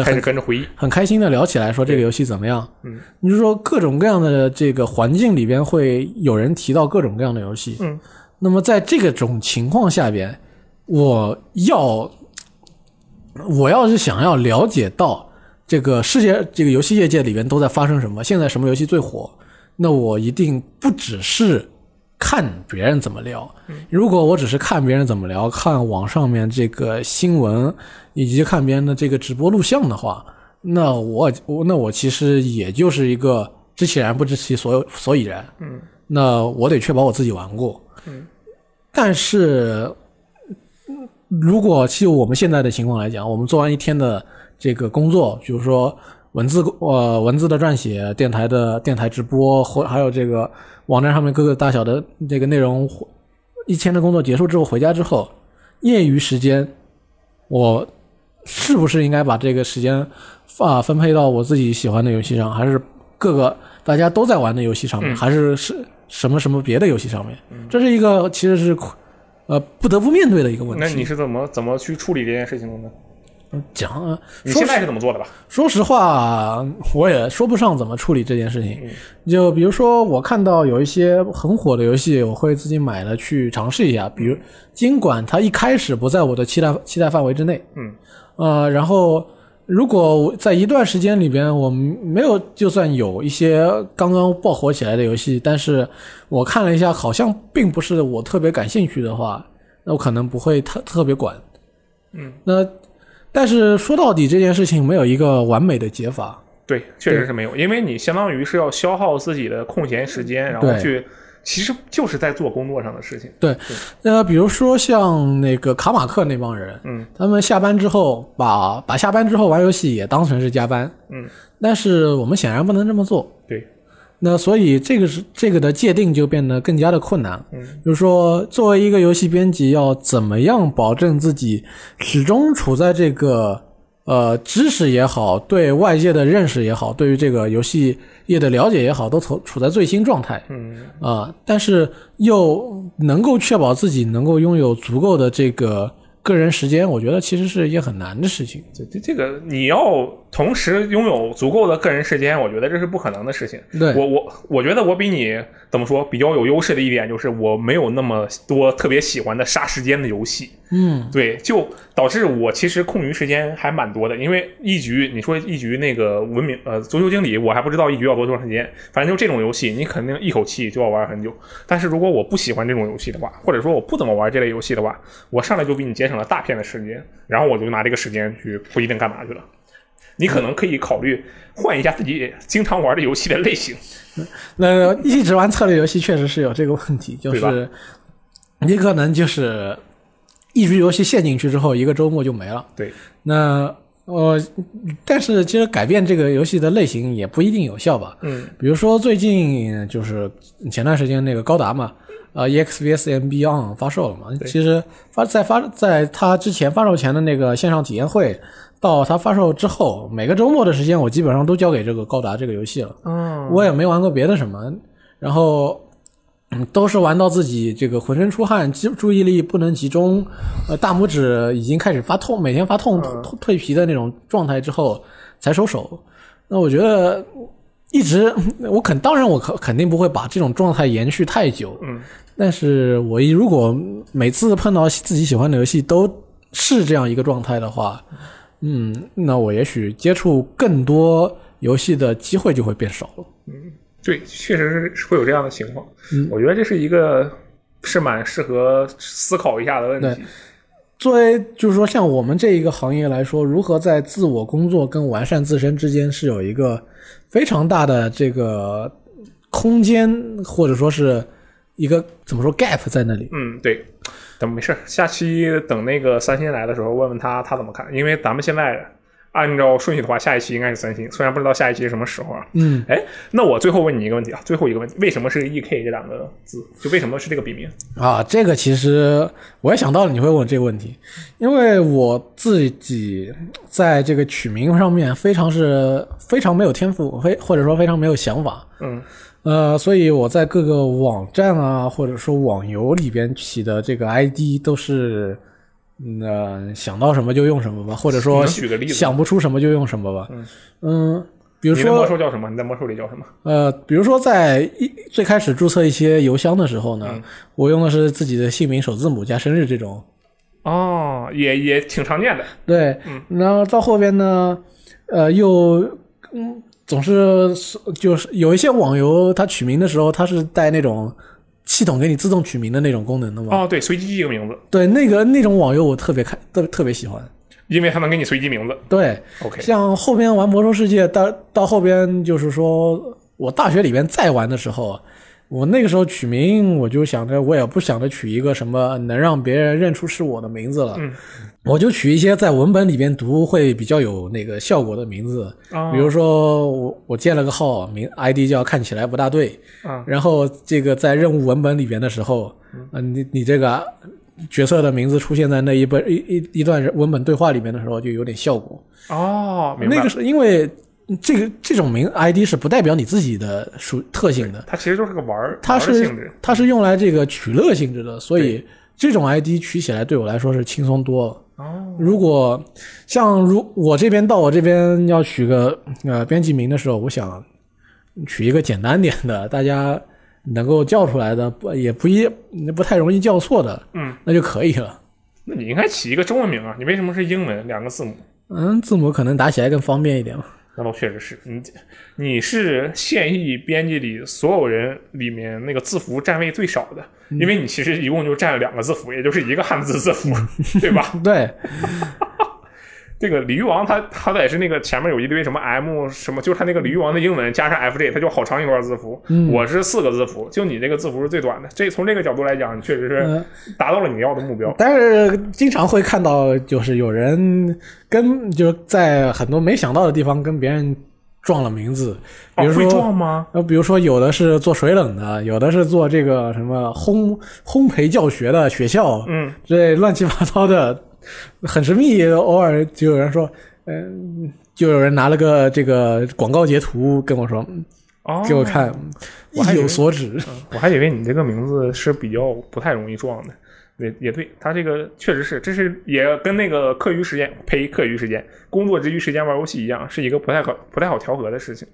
嗯开
很
始跟着回忆。
很开心的聊起来，说这个游戏怎么样？
嗯，
你就说各种各样的这个环境里边会有人提到各种各样的游戏。
嗯，
那么在这个种情况下边，我要我要是想要了解到这个世界这个游戏业界里边都在发生什么，现在什么游戏最火，那我一定不只是。看别人怎么聊，
嗯
如果我只是看别人怎么聊，看网上面这个新闻，以及看别人的这个直播录像的话，那我我那我其实也就是一个知其然不知其所有所以然。
嗯，
那我得确保我自己玩过。
嗯，
但是嗯如果就我们现在的情况来讲，我们做完一天的这个工作，比如说文字呃文字的撰写、电台的电台直播，或还有这个网站上面各个大小的这个内容，一天的工作结束之后回家之后，业余时间我是不是应该把这个时间啊分配到我自己喜欢的游戏上，还是各个大家都在玩的游戏上面，
嗯
还是是什么什么别的游戏上面？这是一个其实是呃不得不面对的一个问题。
那你是怎么怎么去处理这件事情的呢？
讲呃
你
说
现
实
在是怎么做的吧？
说实话，我也说不上怎么处理这件事
嗯
情。就比如说，我看到有一些很火的游戏，我会自己买了去尝试一下。比
嗯
如，尽管它一开始不在我的期待期待范围之内，
嗯，
呃，然后如果我在一段时间里边我没有，就算有一些刚刚爆火起来的游戏，但是我看了一下，好像并不是我特别感兴趣的话，那我可能不会特特别管。
嗯，
那但是说到底，这件事情没有一个完美的解法。
对，确实
对
是没有，因为你相当于是要消耗自己的空闲时间，然后
对
去，其实就是在做工作上的事情。
对，那比如说像那个卡马克那帮人，
嗯，
他们下班之后把把下班之后玩游戏也当成是加班，
嗯，
但是我们显然不能这么做。
对，
那所以这个是这个的界定就变得更加的困难。
嗯，
就是说，作为一个游戏编辑，要怎么样保证自己始终处在这个呃知识也好，对外界的认识也好，对于这个游戏业的了解也好，都处处在最新状态。
嗯，
啊、但是又能够确保自己能够拥有足够的这个个人时间，我觉得其实是一件很难的事情。
这这这个你要同时拥有足够的个人时间，我觉得这是不可能的事情。
对
我我我觉得我比你怎么说比较有优势的一点就是我没有那么多特别喜欢的杀时间的游戏。
嗯，
对，就导致我其实空余时间还蛮多的，因为一局你说一局那个文明呃足球经理，我还不知道一局要多长时间，反正就这种游戏，你肯定一口气就要玩很久。但是如果我不喜欢这种游戏的话，或者说我不怎么玩这类游戏的话，我上来就比你节省了大片的时间，然后我就拿这个时间去不一定干嘛去了。你可能可以考虑换一下自己经常玩的游戏的类型。
那一直玩策略游戏确实是有这个问题，就
对吧
是你可能就是一局游戏陷进去之后，一个周末就没了。
对，
那我、但是其实改变这个游戏的类型也不一定有效吧。
嗯，
比如说最近就是前段时间那个高达嘛，呃，EXVS and Beyond 发售了嘛。其实发在发在它之前发售前的那个线上体验会，到它发售之后，每个周末的时间我基本上都交给这个高达这个游戏了。
嗯，
我也没玩过别的什么，然后。嗯，都是玩到自己这个浑身出汗，注注意力不能集中，呃，大拇指已经开始发痛，每天发痛、蜕蜕皮的那种状态之后才收手。那我觉得一直我肯当然我肯肯定不会把这种状态延续太久，
嗯，
但是我一如果每次碰到自己喜欢的游戏都是这样一个状态的话，嗯，那我也许接触更多游戏的机会就会变少了。
对，确实是会有这样的情况。我觉得这是一个是蛮适合思考一下的问题。
作为就是说，像我们这一个行业来说，如何在自我工作跟完善自身之间是有一个非常大的这个空间，或者说是一个怎么说 gap 在那里。
嗯，对，等没事儿，下期等那个三星来的时候问问他他怎么看，因为咱们现在按照顺序的话，下一期应该是三星，虽然不知道下一期是什么时候啊。
嗯，
哎，那我最后问你一个问题啊，最后一个问题，为什么是 E K 这两个字？就为什么是这个笔名？
啊，这个其实我也想到了你会问我这个问题，因为我自己在这个取名上面非常是非常没有天赋，非或者说非常没有想法。
嗯
呃，所以我在各个网站啊，或者说网游里边起的这个 ID 都是，嗯、呃，想到什么就用什么吧，或者说
能举个例子吗
想不出什么就用什么吧。嗯比如
你的魔
说
兽叫什么？你在魔兽里叫什么？
呃，比如说在一最开始注册一些邮箱的时候呢，我用的是自己的姓名首字母加生日这种。
哦，也也挺常见的。
对，然后到后边呢，呃，又嗯，总是就是有一些网游，它取名的时候，它是带那种系统给你自动取名的那种功能的嘛。
哦，对，随机一个名字，
对，那个那种网游我特别看，特特别喜欢。
因为它能给你随机名字。
对，
OK，
像后边玩魔兽世界到到后边，就是说我大学里边再玩的时候，我那个时候取名，我就想着我也不想着取一个什么能让别人认出是我的名字了，
嗯
我就取一些在文本里边读会比较有那个效果的名字，
哦
比如说我我建了个号，名 ID 叫看起来不大对，
啊
然后这个在任务文本里边的时候，嗯、你你这个角色的名字出现在那一本一一一段文本对话里面的时候，就有点效果。
哦，明白
那
了。
个是因为这个这种名 ID 是不代表你自己的属特性的，
它其实就是个玩儿，
它
玩儿的性
是
质。
它是用来这个取乐性质的，所以这种 ID 取起来对我来说是轻松多了。
哦，
如果像如我这边到我这边要取个呃编辑名的时候，我想取一个简单点的，大家能够叫出来的，不也不一不太容易叫错的，
嗯，
那就可以了。
那你应该起一个中文名啊，你为什么是英文两个字母？
嗯，字母可能打起来更方便一点嘛。
那倒确实是你，你是现役编辑里所有人里面那个字符占位最少的，
嗯
因为你其实一共就占了两个字符，也就是一个汉字字 符，对吧？
对，
这个鲤鱼王他他得是那个前面有一堆什么 M 什么，就是他那个鲤鱼王的英文加上 FJ，它就好长一段字符。
嗯
我是四个字符，就你这个字符是最短的。这从这个角度来讲，你确实
嗯
是达到了你要的目标。
但是经常会看到，就是有人跟就是在很多没想到的地方跟别人撞了名字，比如
哦、会
说、
撞吗？
呃，比如说有的是做水冷的，有的是做这个什么烘烘焙教学的学校，
嗯，
这乱七八糟的，很神秘。偶尔就有人说，嗯、就有人拿了个这个广告截图跟我说，嗯
哦，
给我看，
我还
意
以为
有所指。
我还以为你这个名字是比较不太容易撞的，也也对，他这个确实是，这是也跟那个课余时间呸，课余时间、工作之余时间玩游戏一样，是一个不太好不太好调和的事情。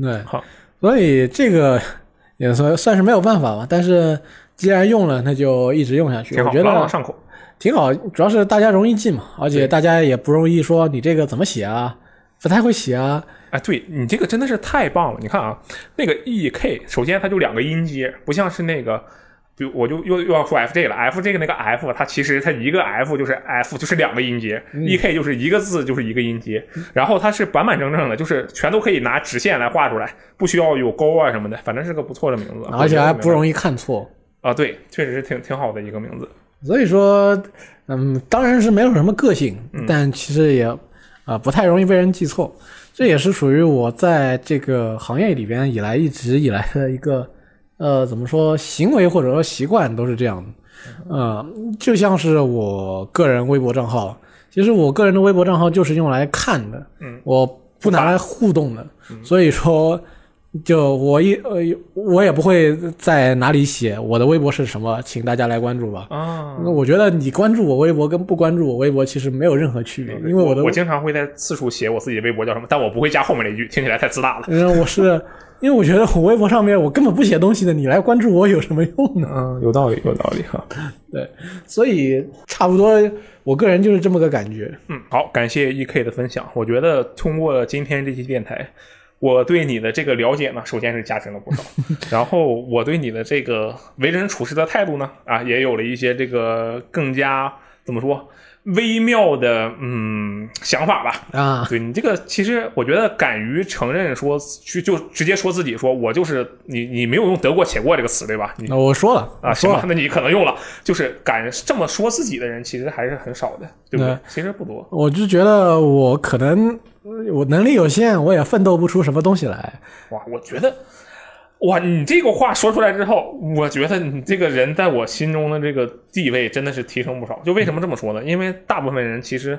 对，
好，
所以这个 也算算是没有办法吧。但是既然用了，那就一直用下去。
挺
我
好，
觉
朗朗
得
上口。
挺好，主要是大家容易记嘛，而且
对
大家也不容易说你这个怎么写啊，不太会写啊。
哎，对你这个真的是太棒了！你看啊，那个 E K，首先它就两个音阶，不像是那个比如我就又又要说 F J 了，F J 那个 F，它其实它一个 F 就是 F，就是两个音节、e K 就是一个字就是一个音节，然后它是板板正正的，就是全都可以拿直线来画出来，不需要有勾啊什么的，反正是个不错的名字，
而且还不容
易
易看错。
啊，对，确实是挺挺好的一个名字，
所以说，嗯，当然是没有什么个性，但其实也啊、呃不太容易被人记错。这也是属于我在这个行业里边以来一直以来的一个呃怎么说行为或者说习惯都是这样的。呃，就像是我个人微博账号，其实我个人的微博账号就是用来看的，
嗯，
我不拿来互动的，所以说。就我一呃，我也不会在哪里写我的微博是什么，请大家来关注吧。
啊。
那我觉得你关注我微博跟不关注我微博其实没有任何区别，因为
嗯我
的
我经常会在次数写我自己微博叫什么，但我不会加后面那一句，听起来太自大了。
嗯，我是因为我觉得我微博上面我根本不写东西的，你来关注我有什么用呢？
嗯，有道理，有道理哈。
对，所以差不多，我个人就是这么个感觉。
嗯，好，感谢 E K 的分享。我觉得通过今天这期电台，我对你的这个了解呢，首先是加深了 不少，然后我对你的这个为人处事的态度呢，啊，也有了一些这个更加怎么说微妙的嗯想法吧。
啊，
对你这个，其实我觉得敢于承认说去就直接说自己说我就是你，你没有用得过且过这个词对吧？你
那我说了，
啊，
我
行
说
吧，
了，
那你可能用了，就是敢这么说自己的人，其实还是很少的，对不对
嗯？
其实不多。
我就觉得我可能我能力有限，我也奋斗不出什么东西来。
哇，我觉得，哇，你这个话说出来之后，我觉得你这个人在我心中的这个地位真的是提升不少。就为什么这么说呢？因为大部分人其实。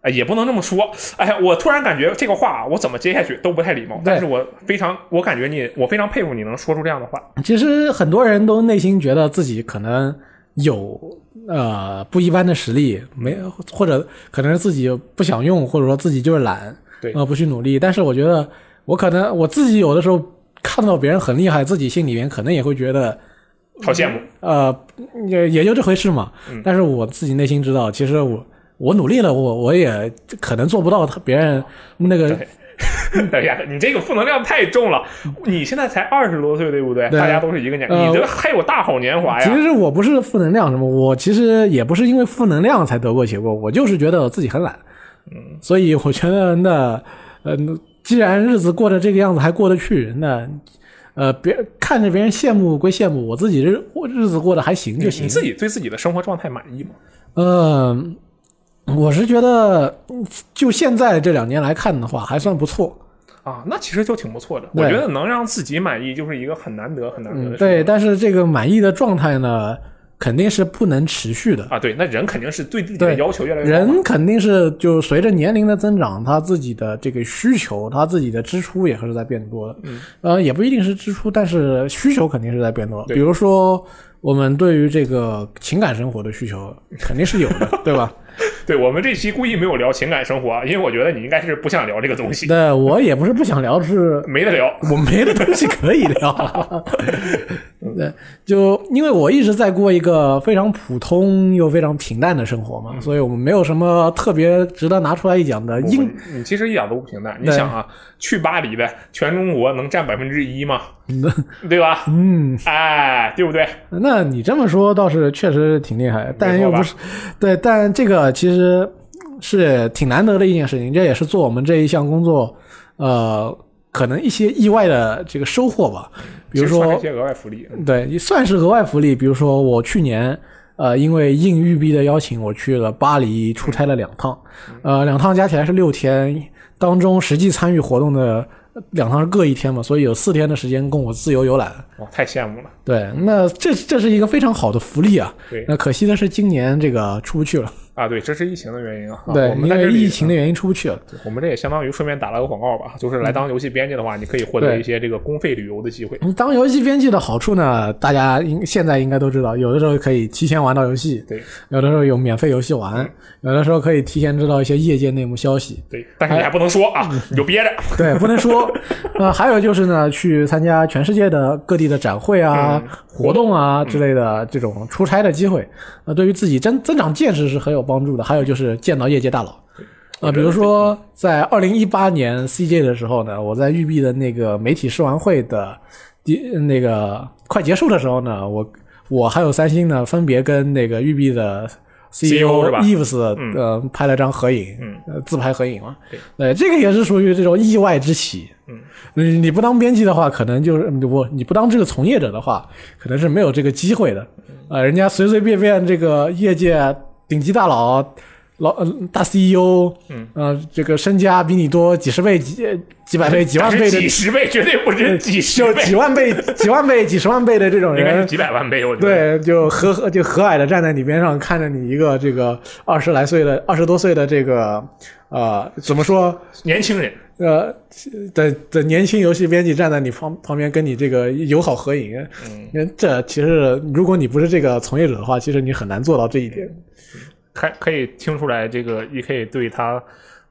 哎，也不能这么说。哎呀，我突然感觉这个话我怎么接下去都不太礼貌，但是我非常，我感觉你，我非常佩服你能说出这样的话。
其实很多人都内心觉得自己可能有呃不一般的实力，没或者可能是自己不想用，或者说自己就是懒，
对
呃不去努力。但是我觉得我可能我自己有的时候看到别人很厉害，自己心里面可能也会觉得
好羡慕，
呃也也就这回事嘛。
嗯
但是我自己内心知道，其实我我努力了，我我也可能做不到他别人那个
对等一下，哎你这个负能量太重了。你现在才二十多岁，对不对？
对
大家都是一个年，
呃
你这还有大好年哎华呀。
其实我不是负能量什么，我其实也不是因为负能量才得过且过，我就是觉得我自己很懒，嗯，所以我觉得那，呃，既然日子过得这个样子还过得去，那，呃，别看着别人羡慕归羡慕，我自己日日子过得还行就
你
行。
你自己对自己的生活状态满意吗？
嗯，我是觉得就现在这两年来看的话，还算不错。
啊，那其实就挺不错的。我
对
觉得能让自己满意，就是一个很难得、很难得
嗯
的，事。
对，但是这个满意的状态呢，肯定是不能持续的。
啊，对，那人肯定是对自己的
对
要求越来越高嘛。
人肯定是就随着年龄的增长，他自己的这个需求，他自己的支出也是在变多的。嗯，呃，也不一定是支出，但是需求肯定是在变多。
对
比如说，我们对于这个情感生活的 需求肯定是有的，对吧？
对我们这期故意没有聊情感生活啊，因为我觉得你应该是不想聊这个东西，
对，我也不是不想聊，是
没得聊。
我没的东西可以聊。
嗯
对，就因为我一直在过一个非常普通又非常平淡的生活嘛，所以我们没有什么特别值得拿出来一讲的。因
嗯我你其实一点都不平淡。你
对
想啊，去巴黎的全中国能占百分之一吗？对吧？
嗯，
哎，对不对？
那你这么说倒是确实挺厉害，但又
吧
不是，对，但这个其实是挺难得的一件事情，这也是做我们这一项工作，呃，可能一些意外的这个收获吧。比如
其实算
说
是一，些额外福利。
对，也算是额外福利。比如说，我去年呃，因为应育碧的邀请，我去了巴黎出差了两趟，
嗯
呃，两趟加起来是六天，当中实际参与活动的呃两趟是各一天嘛，所以有四天的时间供我自由游览。
哇，太羡慕了。
对，那这这是一个非常好的福利啊。
对
那可惜的是今年这个出不去了，
啊，对，这是疫情的原因啊。
对
我，们
因
在这
为
里
疫情的原因出不去了。
我们这也相当于顺便打了个广告吧，就是来当游戏编辑的话，你可以获得
嗯对嗯
一些这个公费旅游的机会。
你当游戏编辑的好处呢，大家应现在应该都知道，有的时候可以提前玩到游戏，
对
有的时候有免费游戏玩，有的时候可以提前知道一些业界内幕消息。
对，但是
哎
你还不能说啊，
嗯
你就憋着。
对，不 能说。呃，还有就是呢，去参加全世界的各地的展会啊、
嗯
活动啊之类的这种出差的机会，呃，对于自己增增长见识是很有帮助的。还有就是见到业界大佬。呃，比如说在二零一八年 CJ 的时候呢，我在育碧的那个媒体试玩会的第那个快结束的时候呢，我我还有三星呢，分别跟那个育碧的 E
CEO E 是吧
Eves
嗯
呃拍了张合影，
嗯
呃自拍合影嘛。
对
对，这个也是属于这种意外之喜。
嗯
你你不当编辑的话，可能就是不你不当这个从业者的话，可能是没有这个机会的。
嗯
呃，人家随随便便这个业界顶级大佬。老呃大 CEO，
嗯
呃，这个身家比你多几十倍、几呃几百倍、几万
但是
倍的嗯
几十倍，绝对不是几十
就
倍，
几万倍、几万倍、几十万倍的这种
应该是
人，
几百万倍，我觉得。
对，就和和就和蔼的站在你边上，看着你一个这个二十来岁的、二十多岁的这个呃，怎么说
年轻人，
呃的的年轻游戏编辑站在你旁旁边，跟你这个友好合影。
嗯，
那这其实，如果你不是这个从业者的话，其实你很难做到这一
嗯
点。
看可以听出来，这个 E K 对他，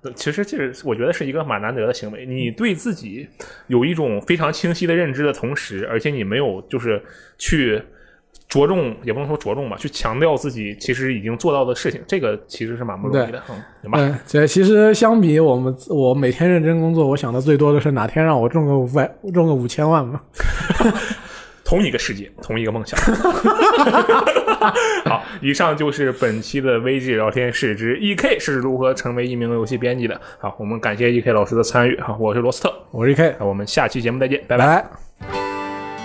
呃其实这是我觉得是一个蛮难得的行为。你对自己有一种非常清晰的认知的同时，而且你没有就是去着重，也不能说着重吧，去强调自己其实已经做到的事情，这个其实是蛮不容易的，嗯，行吧？
嗯，这其实相比我们，我每天认真工作，我想的最多的是哪天让我中个五百，中个五千万嘛。
同一个世界，同一个梦想。好，以上就是本期的 VG 聊天室之 E.K 是如何成为一名游戏编辑的。好，我们感谢 E.K 老师的参与。哈，我是罗斯特，
我是 K，
那我们下期节目再见，拜
拜
拜。
拜。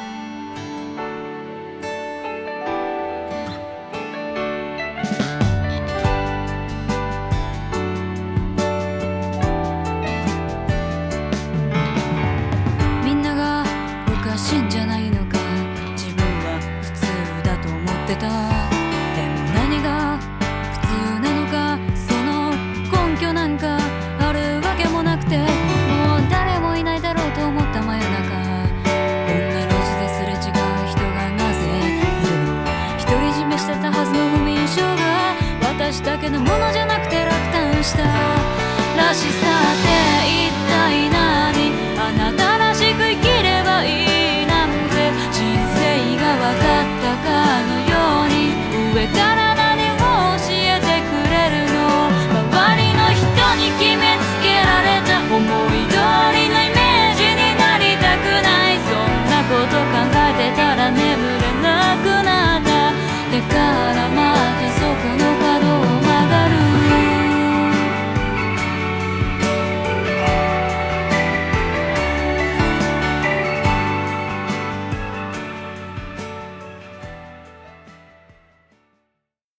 みんながおかしいんじゃないのか自分は普通だと思ってたでも何が普通なのかその根拠なんかあるわけもなくてもう誰もいないだろうと思った真夜中こんな路地ですれ違う人がなぜいるの独り占めしてたはずの不眠症が私だけのものじゃなくて落胆したらしさって